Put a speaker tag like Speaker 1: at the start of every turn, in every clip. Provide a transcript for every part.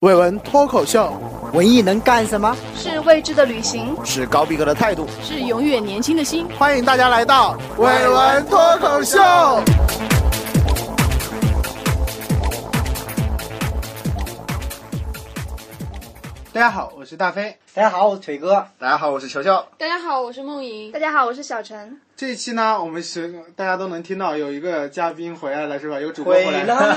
Speaker 1: 伟文脱口秀，
Speaker 2: 文艺能干什么？
Speaker 3: 是未知的旅行，
Speaker 4: 是高逼格的态度，
Speaker 5: 是永远年轻的心。
Speaker 1: 欢迎大家来到伟文脱口秀。大家好，我是大飞。
Speaker 2: 大家好，我是腿哥。
Speaker 4: 大家好，我是球球。
Speaker 6: 大家好，我是梦莹。
Speaker 3: 大家好，我是小陈。
Speaker 1: 这一期呢，我们是大家都能听到有一个嘉宾回来了，是吧？有主播
Speaker 2: 回
Speaker 1: 回来
Speaker 2: 来
Speaker 1: 了。
Speaker 2: 吧，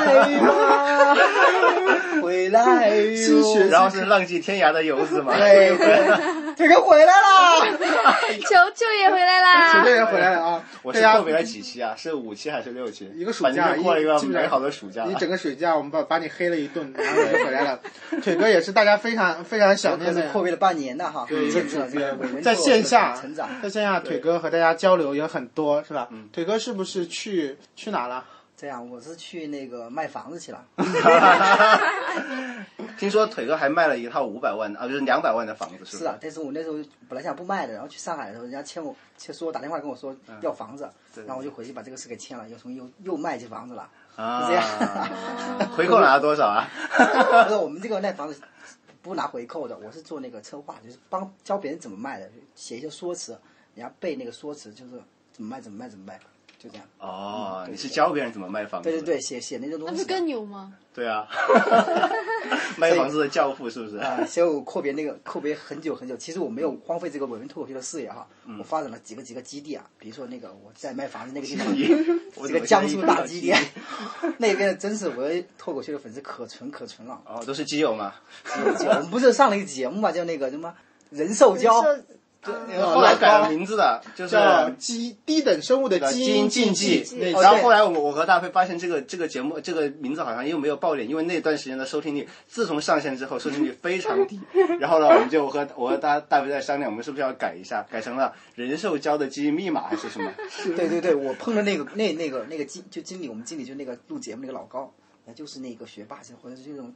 Speaker 2: 回来
Speaker 1: 新
Speaker 2: 哟！
Speaker 1: 学
Speaker 4: 然后是浪迹天涯的游子嘛？
Speaker 2: 对，对腿哥回来啦！
Speaker 3: 球球也回来
Speaker 1: 球
Speaker 3: 啦！
Speaker 1: 球也回来了啊！
Speaker 4: 我
Speaker 1: 大
Speaker 4: 是
Speaker 1: 家
Speaker 4: 后面了几期啊？是五期还是六期？
Speaker 1: 一个暑假
Speaker 4: 反正就过了一个
Speaker 1: 一基本上
Speaker 4: 美好的暑假
Speaker 1: 你。整个暑假，我们把把你黑了一顿，然后你就回来了。腿哥也是大家非常非常想
Speaker 2: 可
Speaker 1: 念
Speaker 2: 是
Speaker 1: 的，
Speaker 2: 阔别了半年呢哈，
Speaker 1: 对
Speaker 2: 这个这个伟文
Speaker 1: 在
Speaker 2: 做
Speaker 1: 线下
Speaker 2: 成长，
Speaker 1: 在线下，腿哥和大家交流也很多，是吧？
Speaker 4: 嗯
Speaker 1: 腿哥是不是去去哪了？
Speaker 2: 这样我是去那个卖房子去了，
Speaker 4: 听说腿哥还卖了一套五百万的啊，就是两百万的房子，
Speaker 2: 是
Speaker 4: 吧
Speaker 2: 啊？，但是我那时候本来想不卖的，然后去上海的时候，人家欠我，欠说打电话跟我说要房子，
Speaker 4: 对
Speaker 2: 然后我就回去把这个事给签了，又从又又卖起房子了。
Speaker 4: 啊，
Speaker 2: 这样
Speaker 4: 回扣拿了多少啊？
Speaker 2: 不是我们这个卖房子不拿回扣的，我是做那个策划，就是帮教别人怎么卖的，写一些说辞，人家背那个说辞，就是怎么卖怎么卖怎么卖，就这样。
Speaker 4: 哦，你是教别人怎么卖房子？
Speaker 2: 对对对，写写那个
Speaker 6: 那
Speaker 2: 东
Speaker 6: 不
Speaker 2: 西
Speaker 6: 是。更牛吗？
Speaker 4: 对啊，卖房子的教父是不是？
Speaker 2: 啊，所以我阔别那个阔别很久很久。其实我没有荒废这个伟文脱口秀的事业哈，我发展了几个几个基地啊，比如说那个我在卖房子那个地方，
Speaker 4: 我
Speaker 2: 这
Speaker 4: 怎
Speaker 2: 个
Speaker 4: 么
Speaker 2: 江
Speaker 4: 现
Speaker 2: 苏
Speaker 4: 在一
Speaker 2: 大
Speaker 4: 看
Speaker 2: 基地， 那边真是我脱口秀的粉丝可纯可纯了。
Speaker 4: 哦，都是基友嘛。
Speaker 2: 我们不是上了一个节目嘛，叫那个什么人兽交，
Speaker 1: 呃
Speaker 2: 哦
Speaker 4: 后来改了名字的，就是
Speaker 1: 叫基低等生物的
Speaker 4: 的
Speaker 1: 基
Speaker 4: 基因
Speaker 1: 禁
Speaker 4: 禁忌。
Speaker 1: 那
Speaker 2: 哦
Speaker 4: 然后
Speaker 2: 对
Speaker 4: 后来我我和大飞发现这个这个节目这个名字好像又没有爆点，因为那段时间的收听率，自从上线之后收听率非 常低。然后呢，我们就我和我和大大飞在商量，我们是不是要改一下，改成了人兽交的基因密码还 是什么？
Speaker 2: 对对对，我碰到那个那那个那个经就经理，我们经理就那个录节目那个老高，那就是那个学霸型，或者是这种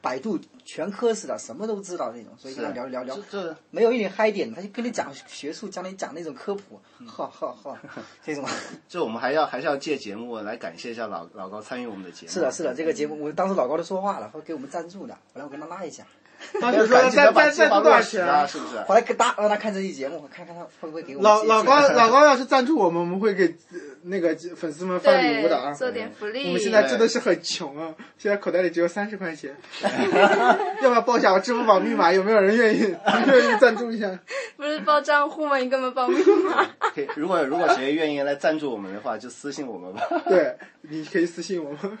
Speaker 2: 百度全科似的，什么都知道那种，所以跟他聊聊聊
Speaker 4: 啊这，这
Speaker 2: 没有一点嗨点，他就跟你讲学术，讲你讲那种科普，
Speaker 1: 嗯
Speaker 2: 哈哈 哈，这种。
Speaker 4: 这我们还要还是要借节目来感谢一下老老高参与我们的节目。
Speaker 2: 是的，是的，这个节目我当时老高都说话了，他给我们赞助的，后来我跟他拉一下，
Speaker 1: 当时说
Speaker 4: 赶紧
Speaker 1: 再
Speaker 4: 的把
Speaker 1: 再
Speaker 4: 计
Speaker 1: 再
Speaker 4: 划
Speaker 1: 多
Speaker 4: 落
Speaker 1: 少
Speaker 4: 实
Speaker 1: 钱？
Speaker 4: 啊，是不是？
Speaker 2: 后来给他让他看这期节目，我看看他会不会给我们
Speaker 1: 老
Speaker 2: 接
Speaker 1: 老高
Speaker 2: 钱
Speaker 1: 老高要是赞助我们，我们会给呃那个粉丝们放礼物的啊。
Speaker 3: 做点福利。
Speaker 1: 我们现在真的是很穷啊，现在口袋里只有三十 块钱， 要不要报一下我支付宝密码？有没有人愿意愿意赞助一下？
Speaker 3: 不是报账户吗？你根本报 密码。
Speaker 4: 可以如果如果谁愿意来赞助我们的话，就私信我们吧。
Speaker 1: 对，你可以私信我们。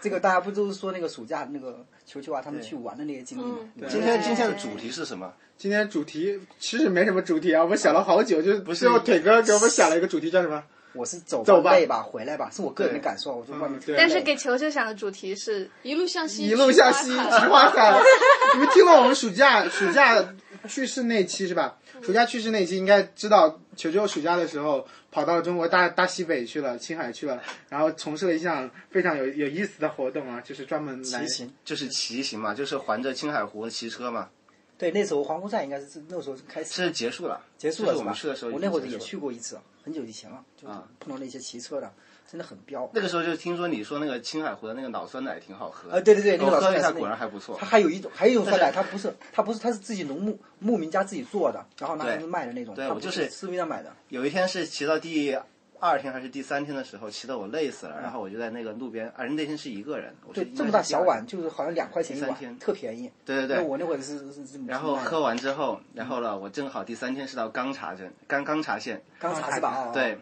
Speaker 2: 这个大家不都是说那个暑假那个球球啊，他们去玩的那些经历吗？
Speaker 1: 对
Speaker 4: 今天今天的主题是什么？
Speaker 1: 今天主题其实没什么主题啊，我们想了好久，就是
Speaker 4: 不是
Speaker 1: 最后腿哥给我们想了一个主题叫什么？
Speaker 2: 我是走
Speaker 1: 走吧
Speaker 2: 累吧，回来吧，是我个人的感受，我就外面
Speaker 1: 嗯对
Speaker 3: 但是给球球想的主题是，
Speaker 6: 一路向西，
Speaker 1: 一路向西，
Speaker 6: 菊
Speaker 1: 菊
Speaker 6: 花台
Speaker 1: 花伞。 你们听了我们暑假暑假去世那期是吧？
Speaker 6: 嗯
Speaker 1: 暑假去世那期应该知道，球球暑假的时候跑到中国大大西北去了，青海去了，然后从事了一项非常有有意思的活动啊，就是专门来
Speaker 2: 骑行。
Speaker 4: 就是骑行嘛，就是环着青海湖骑车嘛。
Speaker 2: 对，那时候皇姑寨应该是那时候开始
Speaker 4: 是结束了，
Speaker 2: 结束
Speaker 4: 就
Speaker 2: 了，
Speaker 4: 是
Speaker 2: 是
Speaker 4: 我
Speaker 2: 吧
Speaker 4: 们去的时候已
Speaker 2: 我
Speaker 4: 经
Speaker 2: 那会儿也
Speaker 4: 结束了，
Speaker 2: 去过一次，啊很久以前了，就是
Speaker 4: 啊
Speaker 2: 碰到那些骑车的，真的很彪。
Speaker 4: 那个时候就听说你说那个青海湖的那个老酸奶挺好喝的，
Speaker 2: 啊对对对那个
Speaker 4: 我
Speaker 2: 老
Speaker 4: 喝
Speaker 2: 酸
Speaker 4: 了
Speaker 2: 奶是
Speaker 4: 一下
Speaker 2: 那个
Speaker 4: 果然还不错
Speaker 2: 它。还有一种，还有一种酸奶，它不是，它不是，它是自己农牧牧民家自己做的，然后拿
Speaker 4: 对
Speaker 2: 来卖的那种。
Speaker 4: 对
Speaker 2: 它
Speaker 4: 我
Speaker 2: 不
Speaker 4: 就是
Speaker 2: 市面上买的。
Speaker 4: 有一天是骑到第二天还是第三天的时候，骑得我累死了，然后我就在那个路边，而那天是一个人，我是
Speaker 2: 对，
Speaker 4: 应该
Speaker 2: 这么大
Speaker 4: 是
Speaker 2: 小
Speaker 4: 一个人
Speaker 2: 碗，就是好像两块钱一
Speaker 4: 三天
Speaker 2: 碗，特便宜。
Speaker 4: 对
Speaker 2: 那
Speaker 4: 对对，
Speaker 2: 我那会儿是是是这么
Speaker 4: 然后
Speaker 2: 卖的
Speaker 4: 喝完之后，然后呢，我正好第三天是到刚察镇，刚刚察县，
Speaker 2: 刚才是吧？哦，
Speaker 4: 对，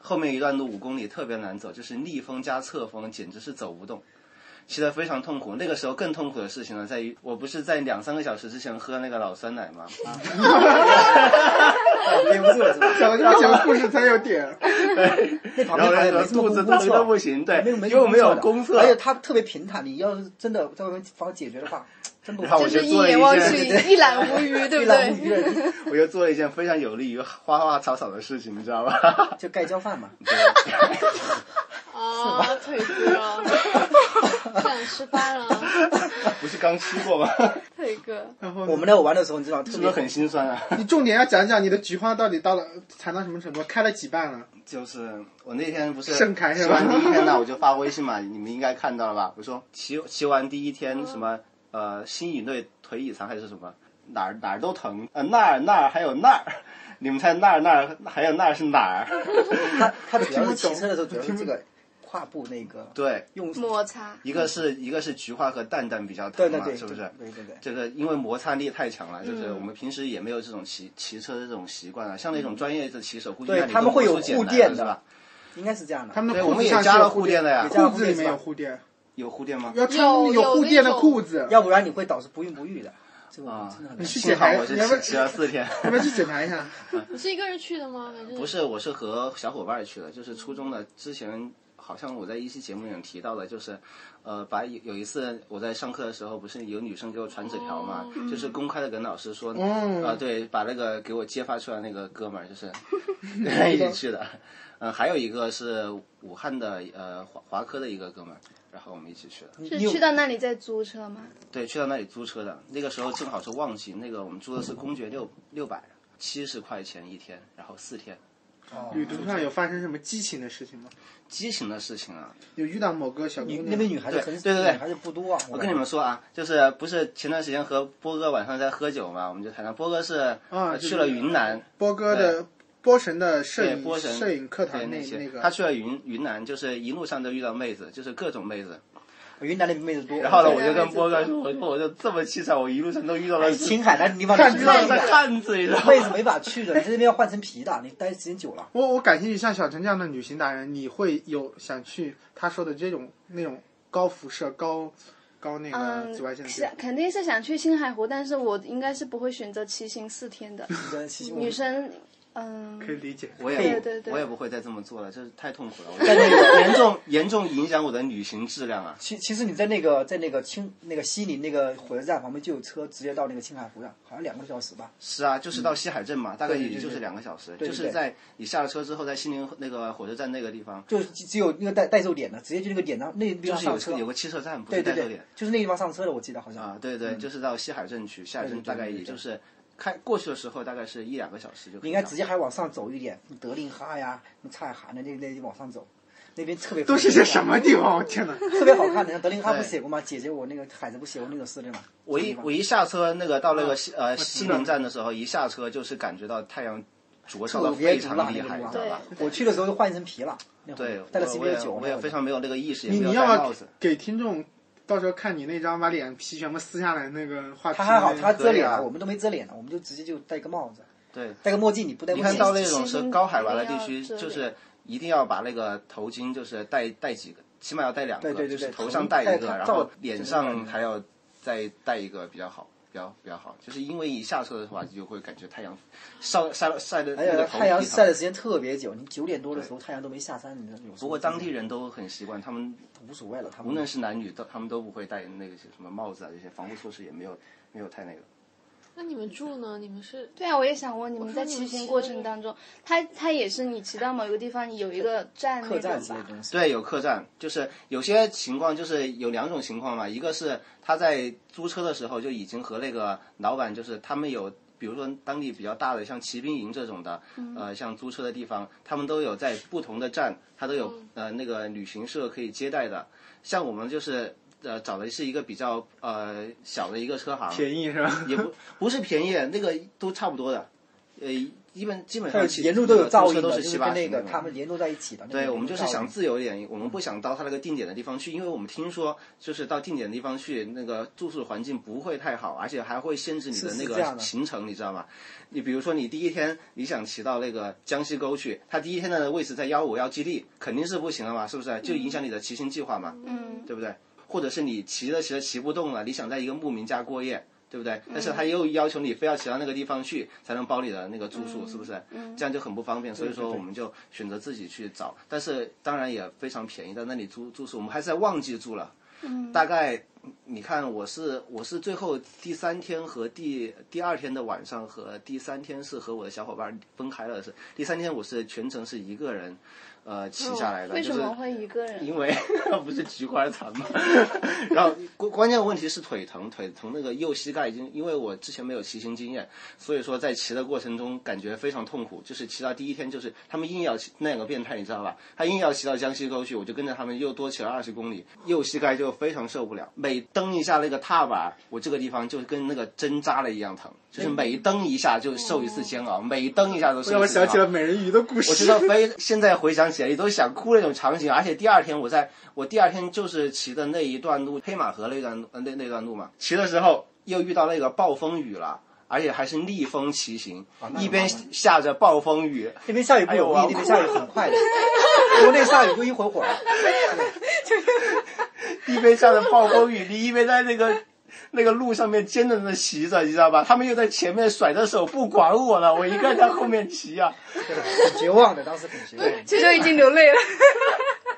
Speaker 4: 后面一段路五公里特别难走，就是逆风加侧风，简直是走不动，骑得非常痛苦。那个时候更痛苦的事情呢，在于我不是在两三个小时之前喝那个老酸奶 吗？
Speaker 2: 哦憋不住了是吧？
Speaker 1: 讲了这么久的故事才有 点。
Speaker 2: 那旁边
Speaker 4: 然
Speaker 2: 好
Speaker 4: 后那
Speaker 2: 像
Speaker 4: 个
Speaker 2: 没什么
Speaker 4: 肚子
Speaker 2: 公
Speaker 4: 疼的
Speaker 2: 厕
Speaker 4: 不行，对
Speaker 2: 没有，没哎什么
Speaker 4: 又没有公
Speaker 2: 公
Speaker 4: 厕
Speaker 2: 而，且它特别平坦，你要是真的在外面帮我解决的 话，真不
Speaker 4: 然后我
Speaker 3: 就
Speaker 4: 就是
Speaker 3: 一
Speaker 4: 做了
Speaker 3: 眼
Speaker 4: 一
Speaker 3: 望
Speaker 4: 件，
Speaker 3: 去一览无余，对不
Speaker 2: 一览无余
Speaker 3: 对？
Speaker 2: 的，
Speaker 4: 我又做了一件非常有利于花花草草的事情，你知 道吧？
Speaker 2: 就盖浇 饭嘛。
Speaker 6: 啊，腿哥，想吃饭了，
Speaker 4: 不是刚吃过吗？
Speaker 3: 腿哥，
Speaker 1: 然后
Speaker 2: 我们那会儿玩的时候，你知道特
Speaker 4: 是不是
Speaker 2: 别
Speaker 4: 很心酸啊？
Speaker 1: 你重点要讲讲你的菊花到底到了产到什么程度，开了几瓣了？
Speaker 4: 就是我那天不是
Speaker 1: 盛开是
Speaker 4: 骑
Speaker 1: 吧
Speaker 4: 完第一天呢，我就发微信嘛，你们应该看到了吧？我说骑骑完第一天什么呃心以内腿以藏还是什么哪儿哪儿都疼呃那儿那儿还有那儿， 你们猜那儿那儿还有那儿是哪儿？
Speaker 2: 他他主要
Speaker 1: 听不
Speaker 2: 是
Speaker 1: 懂
Speaker 2: 骑车的时候，主要是这个胯部那个
Speaker 4: 对，
Speaker 2: 用
Speaker 3: 摩擦，
Speaker 4: 一个是一个是菊花和蛋蛋比较
Speaker 2: 对对
Speaker 4: 疼嘛，
Speaker 2: 对，
Speaker 4: 是不是？
Speaker 2: 对对对，
Speaker 4: 这个因为摩擦力太强了，就是我们平时也没有这种骑骑车的这种习惯啊。像那种专业的骑手，估计
Speaker 2: 对
Speaker 4: 那里
Speaker 2: 他们
Speaker 4: 都
Speaker 2: 会
Speaker 4: 不
Speaker 2: 有
Speaker 4: 出简
Speaker 2: 护
Speaker 4: 单
Speaker 2: 垫
Speaker 4: 是
Speaker 2: 的
Speaker 4: 吧？
Speaker 2: 应该是这样的。
Speaker 1: 他们的
Speaker 4: 对
Speaker 1: 裤
Speaker 4: 我
Speaker 1: 子
Speaker 4: 们也
Speaker 1: 上是
Speaker 4: 加了
Speaker 1: 有
Speaker 4: 护
Speaker 1: 护
Speaker 4: 垫的呀
Speaker 1: 裤子里面有护垫，
Speaker 4: 有护垫吗？
Speaker 1: 要穿
Speaker 6: 有有
Speaker 1: 护垫的
Speaker 6: 那种
Speaker 1: 裤子。
Speaker 2: 要不然你会导致不孕不育的。这个我
Speaker 4: 啊
Speaker 2: 真的很，担心。
Speaker 1: 去
Speaker 4: 幸好
Speaker 1: 检查
Speaker 4: 我是
Speaker 1: 你要不
Speaker 4: 骑骑了四天。
Speaker 1: 要不要去检查一下？
Speaker 6: 你是一个人去的吗？感觉
Speaker 4: 不是，我是和小伙伴儿去的，就是初中的。之前好像我在一期节目里面提到的，就是，呃，把有有一次我在上课的时候，不是有女生给我传纸条嘛，就是公开的跟老师说，啊、
Speaker 1: 嗯
Speaker 4: 对，把那个给我揭发出来那个哥们儿，就是 一起去的。嗯、还有一个是武汉的呃华华科的一个哥们儿，然后我们一起去的。
Speaker 3: 是
Speaker 2: 你有
Speaker 3: 去到那里再租车吗？
Speaker 4: 对，去到那里租车的，那个时候正好是旺季，那个我们租的是公爵六六百，七十块钱一天，然后四天。
Speaker 2: 哦
Speaker 1: 旅途上有发生什么激情的事情吗？
Speaker 4: 激情的事情啊，
Speaker 1: 有遇到某个小姑
Speaker 2: 女
Speaker 1: 娘？
Speaker 2: 那边女孩子很
Speaker 4: 对对对
Speaker 2: 女孩子不多啊。我
Speaker 4: 我跟你们说啊，就是不是前段时间和波哥晚上在喝酒嘛，我们就谈到波哥是、呃
Speaker 1: 啊，
Speaker 4: 去了云南，
Speaker 1: 波哥的波神的摄
Speaker 4: 对
Speaker 1: 影
Speaker 4: 波神
Speaker 1: 摄影课
Speaker 4: 对
Speaker 1: 堂那
Speaker 4: 些，
Speaker 1: 那个，
Speaker 4: 他去了云云南，就是一路上都遇到妹子，就是各种妹子。
Speaker 2: 我云南那边妹子多。
Speaker 4: 然后呢，
Speaker 3: 对
Speaker 4: 我就跟波哥说，我说我就这么凄惨，我一路上都遇到了
Speaker 2: 哎，青海那地方
Speaker 1: 看
Speaker 2: 你
Speaker 4: 遇
Speaker 2: 知
Speaker 4: 到
Speaker 2: 道
Speaker 4: 了
Speaker 2: 的
Speaker 4: 个汉子，你知道
Speaker 2: 妹
Speaker 4: 吗？
Speaker 2: 子没法去的，你在那边要换成皮的，你待时间久了。
Speaker 1: 我我感兴趣，像小陈这样的旅行达人，你会有想去他说的这种那种高辐射、高高那个
Speaker 3: 嗯
Speaker 1: 紫外线的地
Speaker 3: 是
Speaker 1: 方？
Speaker 3: 肯定是想去青海湖，但是我应该是不会选择骑行四天的。
Speaker 2: 你在西
Speaker 3: 女生，嗯，
Speaker 1: 可以理解。
Speaker 4: 我
Speaker 2: 对
Speaker 4: 也
Speaker 3: 对对
Speaker 4: 我也不会再这么做了，这是太痛苦了， 我觉得严重严重影响我的旅行质量啊！
Speaker 2: 其其实你在那个在那个青那个西宁那个火车站旁边就有车直接到那个青海湖上，好像两个多小时吧。
Speaker 4: 是啊，就是到西海镇
Speaker 1: 嗯
Speaker 4: 嘛，大概
Speaker 2: 对对
Speaker 4: 也
Speaker 2: 对
Speaker 4: 就是
Speaker 2: 对
Speaker 4: 两个小时，
Speaker 2: 对对
Speaker 4: 就是
Speaker 2: 对
Speaker 4: 在你下了车之后，在西宁那个火车站那个地方，
Speaker 2: 就只只有那个代代售点的，直接就那个点，然后那个地
Speaker 4: 就
Speaker 2: 方
Speaker 4: 是有
Speaker 2: 上
Speaker 4: 车
Speaker 2: 车。
Speaker 4: 有个汽车站，不
Speaker 2: 对
Speaker 4: 是
Speaker 2: 对
Speaker 4: 代售
Speaker 2: 对
Speaker 4: 点，
Speaker 2: 就是那个地方上车的，我记得好像。
Speaker 4: 啊，对对，就是到西海镇去，西海镇
Speaker 2: 对对对
Speaker 4: 大概
Speaker 2: 对
Speaker 4: 也
Speaker 2: 对
Speaker 4: 就是开过去的时候，大概是一两个小时就可
Speaker 2: 你
Speaker 4: 以
Speaker 2: 应
Speaker 4: 到。
Speaker 2: 该直接还往上走一点，德令哈呀、什么察海涵的那那往上走，那边特别
Speaker 1: 都是些什么地方？我天哪！
Speaker 2: 特别好看的。 像德令哈
Speaker 4: 对
Speaker 2: 不写过吗？姐姐，我那个海子不写过那首诗的吗？
Speaker 4: 哎我一我一下车，那个到
Speaker 2: 嗯
Speaker 4: 那个西呃西宁站的时候，一下车就是感觉到太阳灼烧的
Speaker 2: 特别
Speaker 4: 非
Speaker 2: 毒辣
Speaker 4: 常厉
Speaker 2: 那个
Speaker 4: 害，
Speaker 2: 地
Speaker 4: 你
Speaker 2: 方
Speaker 4: 知道吧？
Speaker 2: 我去的时候就换一身皮了，那会
Speaker 4: 对
Speaker 2: 儿，带了
Speaker 4: 我
Speaker 2: 身
Speaker 4: 我
Speaker 2: 边
Speaker 4: 也
Speaker 2: 的酒，
Speaker 4: 我也
Speaker 2: 还有
Speaker 4: 非常没有那个意识，也
Speaker 1: 你
Speaker 4: 没
Speaker 1: 你
Speaker 4: 有
Speaker 1: 要
Speaker 4: 戴
Speaker 1: 不
Speaker 4: 帽
Speaker 1: 要
Speaker 4: 子。
Speaker 1: 给听众到时候看你那张把脸皮全部撕下来那个画皮
Speaker 2: 他
Speaker 1: 那个？
Speaker 2: 还好，他遮脸
Speaker 4: 对啊
Speaker 2: 了，我们都没遮脸了，我们就直接就戴个帽子，
Speaker 4: 对，
Speaker 2: 戴个墨镜，你不戴
Speaker 4: 你
Speaker 2: 墨
Speaker 4: 看
Speaker 2: 镜，
Speaker 4: 到那种是高海拔的地
Speaker 3: 一
Speaker 4: 区，
Speaker 3: 定要遮
Speaker 4: 就
Speaker 3: 脸
Speaker 4: 是一定要把那个头巾就是戴戴几个，起码要戴两个，
Speaker 2: 对对对
Speaker 4: 就是
Speaker 2: 对
Speaker 4: 头
Speaker 2: 头
Speaker 4: 上
Speaker 2: 巾
Speaker 4: 戴一
Speaker 2: 戴
Speaker 4: 个，
Speaker 2: 它
Speaker 4: 然
Speaker 2: 罩
Speaker 4: 后
Speaker 2: 着
Speaker 4: 脸
Speaker 2: 就是
Speaker 4: 上还要再戴一个比较好。比较比较好，就是因为一下车的话，就会感觉太阳晒晒晒的
Speaker 2: 哎
Speaker 4: 那个
Speaker 2: 呀，
Speaker 4: 头
Speaker 2: 太阳
Speaker 4: 皮疼
Speaker 2: 晒的时间特别久，你九点多的时候太阳都没下山，你知道有时候
Speaker 4: 不过当地人都很习惯，他们
Speaker 2: 无所谓了，他
Speaker 4: 无
Speaker 2: 们
Speaker 4: 论是男女，都他们都不会戴那个什么帽子啊，这些防护措施也没有没有太那个。
Speaker 6: 那你们住呢？你们是
Speaker 3: 对啊，我也想问你
Speaker 6: 我
Speaker 3: 们
Speaker 6: 说
Speaker 3: 在
Speaker 6: 你
Speaker 3: 骑
Speaker 6: 们
Speaker 3: 行
Speaker 6: 骑
Speaker 3: 过
Speaker 6: 的
Speaker 3: 程当中，它它也是你骑到某一个地方，你有一个站那
Speaker 2: 客栈
Speaker 3: 种
Speaker 2: 之类的
Speaker 3: 吧？
Speaker 2: 东西。
Speaker 4: 对，有客栈，就是有些情况就是有两种情况嘛，一个是他在租车的时候就已经和那个老板，就是他们有。比如说当地比较大的像骑兵营这种的，呃，像租车的地方，他们都有在不同的站，他都有呃那个旅行社可以接待的。像我们就是呃找的是一个比较呃小的一个车行，
Speaker 1: 便宜是 吧？
Speaker 4: 也不不是便宜，那个都差不多的，呃，基本基本
Speaker 2: 还
Speaker 4: 上
Speaker 2: 有
Speaker 4: 骑
Speaker 2: 沿路都有
Speaker 4: 租
Speaker 2: 噪
Speaker 4: 车
Speaker 2: 音
Speaker 4: 都
Speaker 2: 的，
Speaker 4: 是
Speaker 2: 就
Speaker 4: 七
Speaker 2: 是
Speaker 4: 八
Speaker 2: 跟
Speaker 4: 十
Speaker 2: 那个
Speaker 4: 那种
Speaker 2: 他们联络在一起的。
Speaker 4: 对，我们就是想
Speaker 2: 自。
Speaker 4: 自由一点，我们不想到他那个定点的地方去，
Speaker 2: 嗯
Speaker 4: 因为我们听说就是到定点的地方去，那个住宿环境不会太好，而且还会限制你的
Speaker 2: 是
Speaker 4: 那
Speaker 2: 是这样
Speaker 4: 个
Speaker 2: 的
Speaker 4: 行程，你知道吗？你比如说你第一天你想骑到那个江西沟去，它第一天的位置在幺五幺基地，肯定是不行了嘛，是不是？就影响你的骑行计划嘛，
Speaker 3: 嗯，
Speaker 4: 对不对？或者是你骑着骑着骑不动了，你想在一个牧民家过夜。对不对？
Speaker 3: 嗯
Speaker 4: 但是他又要求你非要骑到那个地方去才能包你的那个住宿，
Speaker 3: 嗯
Speaker 4: 是不是？这样就很不方便，所以说我们就选择自己去找，但是当然也非常便宜，在那里住住宿，我们还是在旺季住了，
Speaker 3: 嗯
Speaker 4: 大概你看我是我是最后第三天和第第二天的晚上和第三天是和我的小伙伴分开了，是第三天我是全程是一个人，呃骑下来的，
Speaker 3: 哦为
Speaker 4: 就
Speaker 3: 什
Speaker 4: 是
Speaker 3: 么会一个人？
Speaker 4: 因为不是菊花残嘛，然后关关键问题是腿疼，腿疼那个右膝盖已经，因为我之前没有骑行经验，所以说在骑的过程中感觉非常痛苦，就是骑到第一天就是他们硬要骑那两个变态你知道吧，他硬要骑到江西沟去，我就跟着他们又多骑了二十公里，右膝盖就非常受不了，每每蹬一下那个踏板，我这个地方就跟那个针扎了一样疼，就是每蹬一下就受一次煎熬，每蹬一下都受一次
Speaker 1: 让我
Speaker 4: 煎熬。
Speaker 1: 想起了美人鱼的故事。
Speaker 4: 我知道非现在回想起来也都想哭那种场景，而且第二天我在我第二天就是骑的那一段路，黑马河那段路呃那那段路嘛，骑的时候又遇到那个暴风雨了，而且还是逆风骑行，一边下着暴风雨，
Speaker 2: 那边下雨不容易，
Speaker 4: 哎呦我要
Speaker 2: 那边下雨很快的。国内下雨就一会儿会儿，
Speaker 4: 一边下着暴风雨，你一边在那个那个路上面艰难的骑着，你知道吧？他们又在前面甩着手不管我了，我一个人在后面骑啊。
Speaker 2: 对很绝望的，当时很绝望。
Speaker 3: 这就已经流泪了。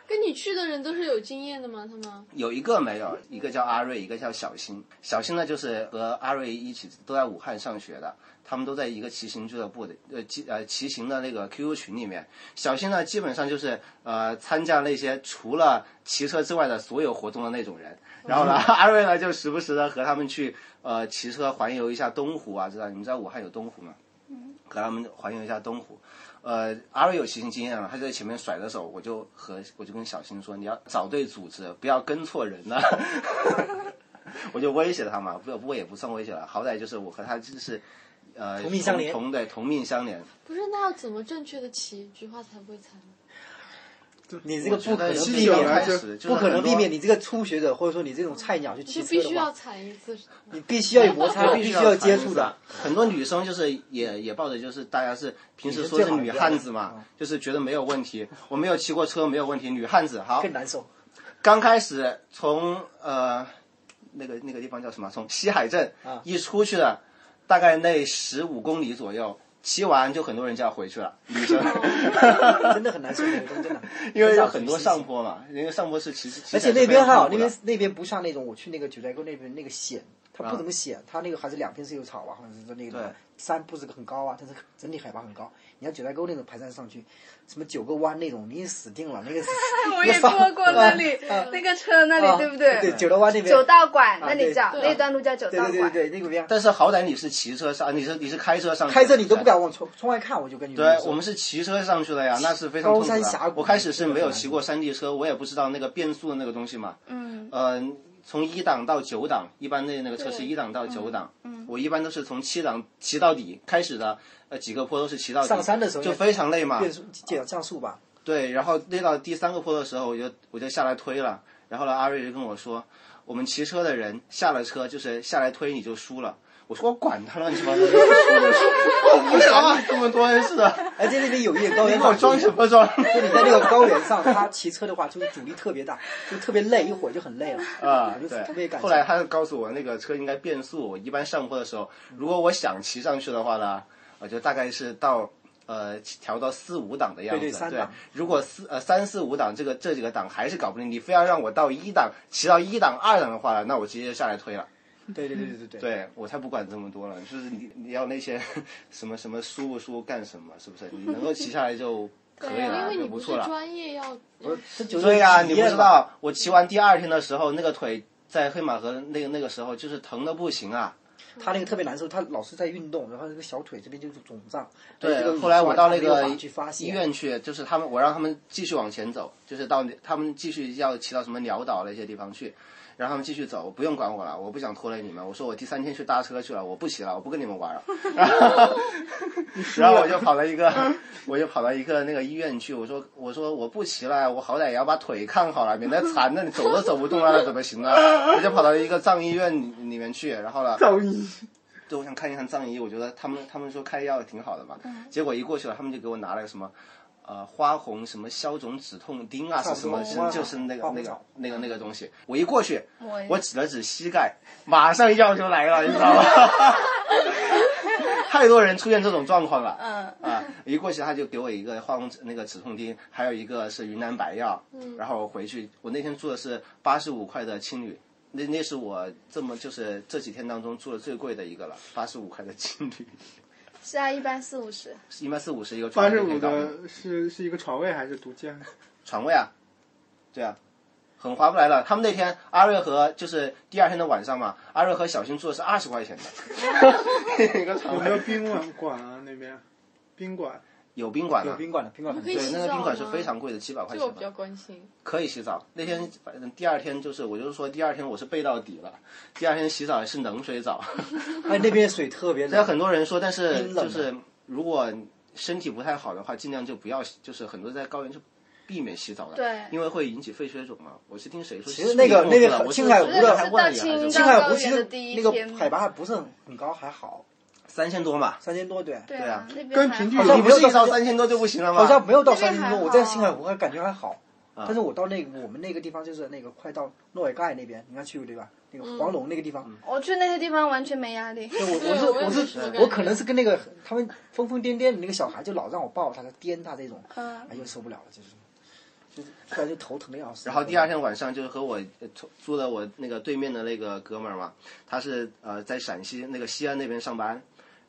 Speaker 6: 跟你去的人都是有经验的吗？他们
Speaker 4: 有一个没有，一个叫阿瑞，一个叫小新。小新呢，就是和阿瑞一起都在武汉上学的，他们都在一个骑行俱乐部的呃骑呃骑行的那个 QQ 群里面。小新呢，基本上就是呃参加那些除了骑车之外的所有活动的那种人。然后呢， 阿瑞呢就时不时的和他们去呃骑车环游一下东湖啊，知道你们知道武汉有东湖吗？和他们环游一下东湖。呃，阿瑞有骑行经验了，啊他就在前面甩着手，我就和我就跟小新说，你要找对组织，不要跟错人了。 我就威胁他嘛，不不过也不算威胁了，好歹就是我和他就是呃
Speaker 2: 同命相连
Speaker 4: 同对同命相连。
Speaker 6: 不是，那要怎么正确的骑，菊花才不会残？
Speaker 2: 你这个不可能
Speaker 4: 我觉得
Speaker 2: 避
Speaker 1: 有了
Speaker 2: 免，
Speaker 1: 就
Speaker 2: 不可能避免
Speaker 4: 你。
Speaker 2: 你这个初学者或者说你这种菜鸟去骑
Speaker 6: 就
Speaker 2: 车
Speaker 6: 必
Speaker 2: 的
Speaker 6: 须要
Speaker 2: 话，
Speaker 6: 残一次。
Speaker 2: 你必须要有摩擦，
Speaker 4: 我
Speaker 2: 必须
Speaker 4: 须
Speaker 2: 要
Speaker 4: 要
Speaker 2: 接触的。。
Speaker 4: 很多女生就是也也抱着就是大家是平时说是女汉子嘛，就是
Speaker 2: 嗯
Speaker 4: 觉得没有问题，我没有骑过车没有问题，女汉子好
Speaker 2: 更。难 受。
Speaker 4: 刚开始从呃那个那个地方叫什么？从 西海镇
Speaker 2: 啊
Speaker 4: 一出去了，大概那十五公里左右，骑完就很多人就要回去了，女 生，。
Speaker 2: 真的很难受，那个东西真的
Speaker 4: 因为有很多上 坡嘛，因为上坡是骑，骑
Speaker 2: 而
Speaker 4: 起来
Speaker 2: 且
Speaker 4: 是
Speaker 2: 那边还好，
Speaker 4: 非
Speaker 2: 那
Speaker 4: 常痛苦的
Speaker 2: 边那边不像那种我去那个九寨沟那边那个险，它不怎么险，它那个还是两边是有草啊，或者是那
Speaker 4: 啊对
Speaker 2: 个山不是很高啊，但是整体海拔很高。你像九寨沟那种盘山上去，什么九个湾那种，你也死定了。那个 是
Speaker 3: 我也过过那里，那个车那里，
Speaker 2: 啊
Speaker 3: 对不对？
Speaker 2: 对，九个湾那边，
Speaker 3: 九道馆那里
Speaker 2: 对
Speaker 3: 叫
Speaker 2: 对
Speaker 3: 那段路叫九
Speaker 2: 对
Speaker 3: 道
Speaker 2: 对对
Speaker 3: 馆。
Speaker 2: 对，那个边
Speaker 4: 但是好歹你是骑车上，你是你是开车上去的，
Speaker 2: 开车你都不敢往窗窗外看，我就跟你
Speaker 4: 对，
Speaker 2: 说
Speaker 4: 我们是骑车上去的呀，那是非常痛苦的。
Speaker 2: 高山峡谷
Speaker 4: 我开始是没有骑过山地车，我也不知道那个变速的那个东西嘛。嗯。嗯、从一档到九档，一般那那个车是
Speaker 6: 对
Speaker 4: 一档到九档。嗯。我一般都是从七档骑到底，开始的呃几个坡都是骑到底。
Speaker 2: 上山的时候
Speaker 4: 就非常累嘛。
Speaker 2: 变速降降速吧，
Speaker 4: 对，然后累到第三个坡的时候，我就我就下来推了。然后呢，阿瑞就跟我说，我们骑车的人下了车就是下来推你就输了。我说我管他乱 七八糟，输就输，我无聊啊，这么多人似的，
Speaker 2: 而且那边有一点高
Speaker 4: 你
Speaker 2: 原
Speaker 4: 给我
Speaker 2: 反
Speaker 4: 装
Speaker 2: 应
Speaker 4: 什。么装？
Speaker 2: 就你在那个高原上，他骑车的话，就是阻力特别大，就特别累，一会儿就很累了 我
Speaker 4: 啊
Speaker 2: 就，特别
Speaker 4: 对。
Speaker 2: 感
Speaker 4: 后
Speaker 2: 受。
Speaker 4: 来他就告诉我，那个车应该变速。我一般上坡的时候，如果我想骑上去的话呢，我就大概是到呃调到四五档的样子。
Speaker 2: 对对三档
Speaker 4: 如果四呃三四五档这个这几个档还是搞不定，你非要让我到一档骑到一档二档的话呢，那我直接就下来推了。
Speaker 2: 对对对对对对。
Speaker 4: 对我才不管这么多了，就是你你要那些 什么什么输不输干什么，是不是？你能够骑下来就可以
Speaker 6: 啊因
Speaker 4: 了，
Speaker 6: 为
Speaker 4: 就
Speaker 6: 你
Speaker 4: 不
Speaker 6: 不是
Speaker 4: 错了。
Speaker 6: 专业
Speaker 5: 嗯
Speaker 6: 要，
Speaker 2: 这就是
Speaker 4: 对呀、
Speaker 2: 体
Speaker 4: 你
Speaker 2: 验
Speaker 4: 不知
Speaker 2: 嘛，
Speaker 4: 道，我骑完第二天的时候，那个腿在黑马河那个那个时候就是疼的不行啊。
Speaker 2: 他那个特别难受，他老是在运动，然后这个小腿这边就是肿胀。而且这
Speaker 4: 对，
Speaker 2: 个
Speaker 4: 后来我到那
Speaker 2: 乳酸
Speaker 4: 个
Speaker 2: 它没有法去发
Speaker 4: 医
Speaker 2: 现，
Speaker 4: 院去，就是他们，我让他们继续往前走，就是到他们继续要骑到什么鸟岛那些地方去，然后他们继续走，不用管我了，我不想拖累你们。我说我第三天去搭车去了，我不骑了，我不跟你们玩了。然后，然后我就跑到一个，我就跑到一个那个医院去，我说我说我不骑了，我好歹也要把腿看好了，免得残了，你走都走不动了，那怎么行呢？啊我就跑到一个藏医院里里面去，然后呢，
Speaker 1: 噪音，
Speaker 4: 对，我想看一看藏医，我觉得他们他们说开药挺好的嘛，
Speaker 3: 嗯
Speaker 4: 结果一过去了，他们就给我拿了个什么。呃，花红什么消肿止痛钉啊，是
Speaker 2: 不
Speaker 4: 什么？
Speaker 2: 多
Speaker 4: 是
Speaker 2: 花
Speaker 4: 就是那个
Speaker 2: 花红
Speaker 4: 那
Speaker 2: 嗯
Speaker 4: 个
Speaker 2: 枣
Speaker 4: 那个那个东西。我一过去，
Speaker 3: 我也
Speaker 4: 我指了指膝盖，马上药就来了，你知道吗？ 太多人出现这种状况了。
Speaker 3: 嗯，
Speaker 4: 啊，一过去他就给我一个化工那个止痛钉，还有一个是云南白
Speaker 3: 嗯
Speaker 4: 药。然后我回去，我那天住的是八十五块的青旅，那那是我这么就是这几天当中住的最贵的一个了，八十五块的青旅，
Speaker 3: 是啊，一般四五十。
Speaker 4: 一般四五十一个 床
Speaker 1: 八
Speaker 4: 位
Speaker 1: 十
Speaker 4: 可以
Speaker 1: 五
Speaker 4: 搞定。
Speaker 1: 的是是一个床位还是独间？
Speaker 4: 床位啊，对啊，很划不来了。他们那天阿瑞和就是第二天的晚上嘛，阿瑞和小新住的是二十块钱的一个床
Speaker 1: 有没有
Speaker 4: 位，
Speaker 1: 宾馆馆啊？那边宾馆
Speaker 4: 有宾馆
Speaker 2: 有
Speaker 4: 了。
Speaker 2: 宾馆的宾馆很
Speaker 6: 可以
Speaker 2: 多
Speaker 4: 对，那个
Speaker 6: 洗澡
Speaker 4: 宾馆是
Speaker 6: 吗
Speaker 4: 非常贵的，七百块
Speaker 5: 这
Speaker 4: 钱
Speaker 5: 个我
Speaker 4: 吧
Speaker 5: 比。较关心。
Speaker 4: 可以洗澡。那天反正第二天就是，我就是说第二天我是背到底了，第二天洗澡是冷水澡。
Speaker 2: 哎，那边水特别
Speaker 4: 虽然
Speaker 2: 冷，
Speaker 4: 很多人说，但是
Speaker 2: 冰冷
Speaker 4: 就
Speaker 2: 的
Speaker 4: 是如果身体不太好的话，尽量就不要洗，就是很多在高原就避免洗澡了，
Speaker 3: 对
Speaker 4: 因为会引起肺水肿嘛。我是听谁说？
Speaker 2: 其实那个
Speaker 4: 是不是
Speaker 2: 那个
Speaker 4: 我是
Speaker 2: 青海湖的
Speaker 4: 我是还
Speaker 3: 是
Speaker 4: 问了
Speaker 3: 大
Speaker 4: 一
Speaker 3: 清
Speaker 4: 下，
Speaker 2: 青
Speaker 4: 啊就
Speaker 3: 的
Speaker 2: 海湖其
Speaker 3: 高原
Speaker 2: 实
Speaker 3: 的第一
Speaker 2: 那个
Speaker 3: 天
Speaker 2: 海拔还不是很高，还好，
Speaker 4: 三千多嘛。
Speaker 2: 三千多对。
Speaker 3: 对
Speaker 4: 对啊
Speaker 3: 那边
Speaker 1: 跟
Speaker 3: 还
Speaker 1: 平
Speaker 3: 好
Speaker 1: 地
Speaker 2: 好
Speaker 4: 你
Speaker 2: 像
Speaker 4: 不
Speaker 2: 没
Speaker 4: 是
Speaker 2: 有
Speaker 4: 一到
Speaker 2: 到
Speaker 4: 三千多就不行了吗？
Speaker 2: 好像没有到
Speaker 3: 那边
Speaker 2: 三
Speaker 3: 还
Speaker 2: 千多，
Speaker 3: 好
Speaker 2: 我在青海湖还感觉还好，
Speaker 4: 啊
Speaker 2: 但是我到那个我们那个地方就是那个快到诺尔盖那边，你看去过对吧？那个黄龙那个地
Speaker 4: 嗯
Speaker 2: 方，
Speaker 3: 我去那些地方完全没压 力。
Speaker 2: 对我
Speaker 5: 对我也
Speaker 2: 我是
Speaker 5: 没什么感
Speaker 2: 我是
Speaker 5: 觉
Speaker 2: 我可能是跟那个他们疯疯癫癫的那个小孩，就老让我抱他，他颠他这种，
Speaker 3: 嗯，
Speaker 2: 哎又受不了了，就是，就是突然就头疼的要死。
Speaker 4: 然后第二天晚上就是和我呃住住的我那个对面的那个哥们儿嘛，他是呃在陕西那个西安那边上班，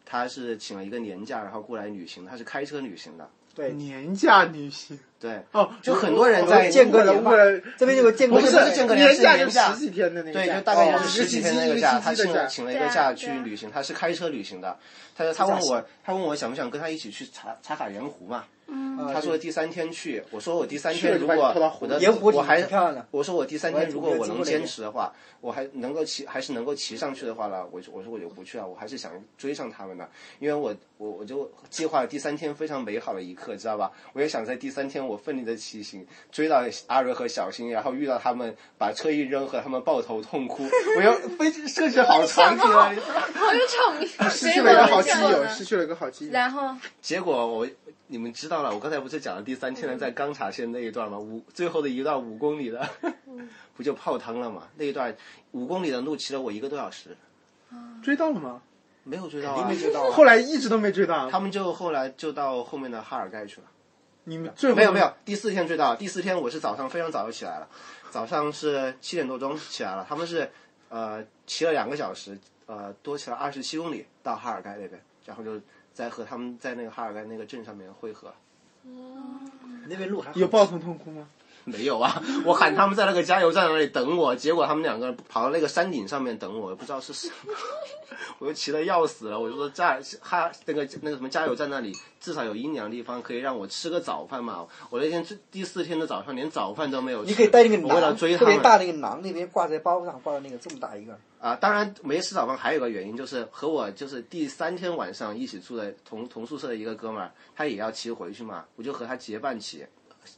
Speaker 4: 他是请了一个年假，然后过来旅行，他是开车旅行的。
Speaker 2: 对
Speaker 1: 年假旅行
Speaker 4: 对，
Speaker 1: 哦，
Speaker 4: 就很多人
Speaker 1: 我
Speaker 4: 在
Speaker 2: 间隔
Speaker 1: 误会了
Speaker 2: 年吧
Speaker 1: 误会了
Speaker 2: 这边有个间隔
Speaker 4: 不是
Speaker 2: 年
Speaker 4: 不是间隔年
Speaker 1: 年
Speaker 4: 是
Speaker 1: 假
Speaker 4: 年
Speaker 1: 就
Speaker 4: 假
Speaker 1: 十几天的那个假，
Speaker 4: 对，就大概
Speaker 1: 哦
Speaker 4: 就是十几天那个假，他
Speaker 1: 一个星期
Speaker 4: 请
Speaker 1: 一个星期的
Speaker 4: 了请了一个
Speaker 3: 对啊
Speaker 4: 假
Speaker 3: 对
Speaker 4: 去
Speaker 3: 啊
Speaker 4: 旅行，他是开车旅行的。他说他问我，他问我想不想跟他一起去茶茶卡盐湖嘛？
Speaker 3: 嗯
Speaker 2: 呃
Speaker 4: 他说第三天去，我说我第三
Speaker 1: 嗯去了就
Speaker 4: 天如
Speaker 1: 把你
Speaker 4: 果
Speaker 1: 拖到湖
Speaker 4: 我
Speaker 1: 里
Speaker 4: 的
Speaker 2: 盐湖
Speaker 4: 我
Speaker 2: 挺
Speaker 4: 还
Speaker 2: 漂亮的，
Speaker 4: 我说我第三
Speaker 2: 我也
Speaker 4: 天如
Speaker 2: 我
Speaker 4: 果
Speaker 2: 也
Speaker 4: 我
Speaker 2: 经
Speaker 4: 能
Speaker 2: 过那
Speaker 4: 坚
Speaker 2: 边
Speaker 4: 持的话，我还能够骑，还是能够骑上去的话呢，我就我说我就不去啊了，我还是想追上他们的，因为我我我就计划了第三天非常美好的一刻，知道吧？我也想在第三天我奋力的骑行，追到阿瑞和小新，然后遇到他们，把车一扔，和他们抱头痛哭，我要非设置好场景啊！
Speaker 6: 好有场面。
Speaker 1: 失去了一个好基
Speaker 3: 结果
Speaker 1: 友，
Speaker 3: 呢
Speaker 1: 失去了一个好基友。
Speaker 3: 然后
Speaker 2: 哦
Speaker 4: 结果我你们知道了，我刚才不是讲了第三天的在冈察县那一段吗？五最后的一段五公里的， 不就泡汤了吗？那一段五公里的路骑了我一个多小时，
Speaker 1: 追到了吗？
Speaker 4: 没有追到
Speaker 2: 你
Speaker 4: 啊
Speaker 2: 没。知道啊，
Speaker 1: 后来一直都没追到。
Speaker 4: 他们就后来就到后面的哈尔盖去了，
Speaker 1: 你们最后
Speaker 4: 没有没有，第四天追到，第四天我是早上非常早就起来了，早上是七点多钟起来了，他们是呃骑了两个小时，呃多骑了二十七公里到哈尔盖那边，然后就在和他们在那个哈尔盖那个镇上面汇合。
Speaker 2: 那边路还好
Speaker 1: 有抱头痛哭吗？
Speaker 4: 没有啊，我喊他们在那个加油站那里等我，结果他们两个人跑到那个山顶上面等我，也不知道是什么， 我就气得要死了。我就说加哈那个那个什么加油站那里至少有阴凉地方可以让我吃个早饭嘛。我那天最第四天的早上连早饭都没有吃，
Speaker 2: 你可以带那个
Speaker 4: 我为了
Speaker 2: 囊，
Speaker 4: 追
Speaker 2: 特
Speaker 4: 他
Speaker 2: 别
Speaker 4: 们
Speaker 2: 大那个囊，那边挂在包上，挂到那个这么大一个，
Speaker 4: 啊，当然没吃早饭还有个原因就是和我就是第三天晚上一起住的同同宿舍的一个哥们儿，他也要骑回去嘛，我就和他结伴骑，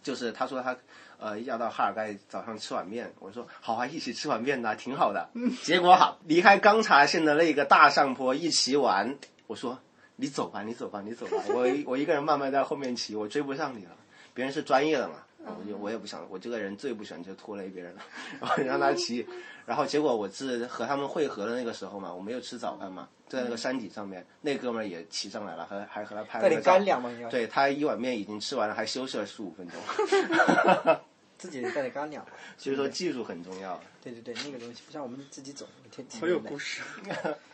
Speaker 4: 就是他说他呃要到哈尔盖早上吃碗面，我说好啊，一起吃碗面呐、挺好的。
Speaker 2: 嗯
Speaker 4: 结果好，离开冈察县的那个大上坡一骑完，我说你走吧，你走吧，你走吧，我一我一个人慢慢在后面骑，我追不上你了。别人是专业的嘛，我就我也不想，我这个人最不喜欢就拖累别人了， 然后让他骑，然后结果我是和他们会合的那个时候嘛，我没有吃早饭嘛，在那个山顶上面，那哥们儿也骑上来了，还还和他拍
Speaker 2: 带
Speaker 4: 了
Speaker 2: 点
Speaker 4: 个照
Speaker 2: 干。粮嘛，你要
Speaker 4: 对他一碗面已经吃完了，还休息了十五分钟，
Speaker 2: 自己带点干粮嘛。
Speaker 4: 所以说技术很重要。
Speaker 2: 对对对，那个东西不像我们自己走，天天
Speaker 1: 好有故事，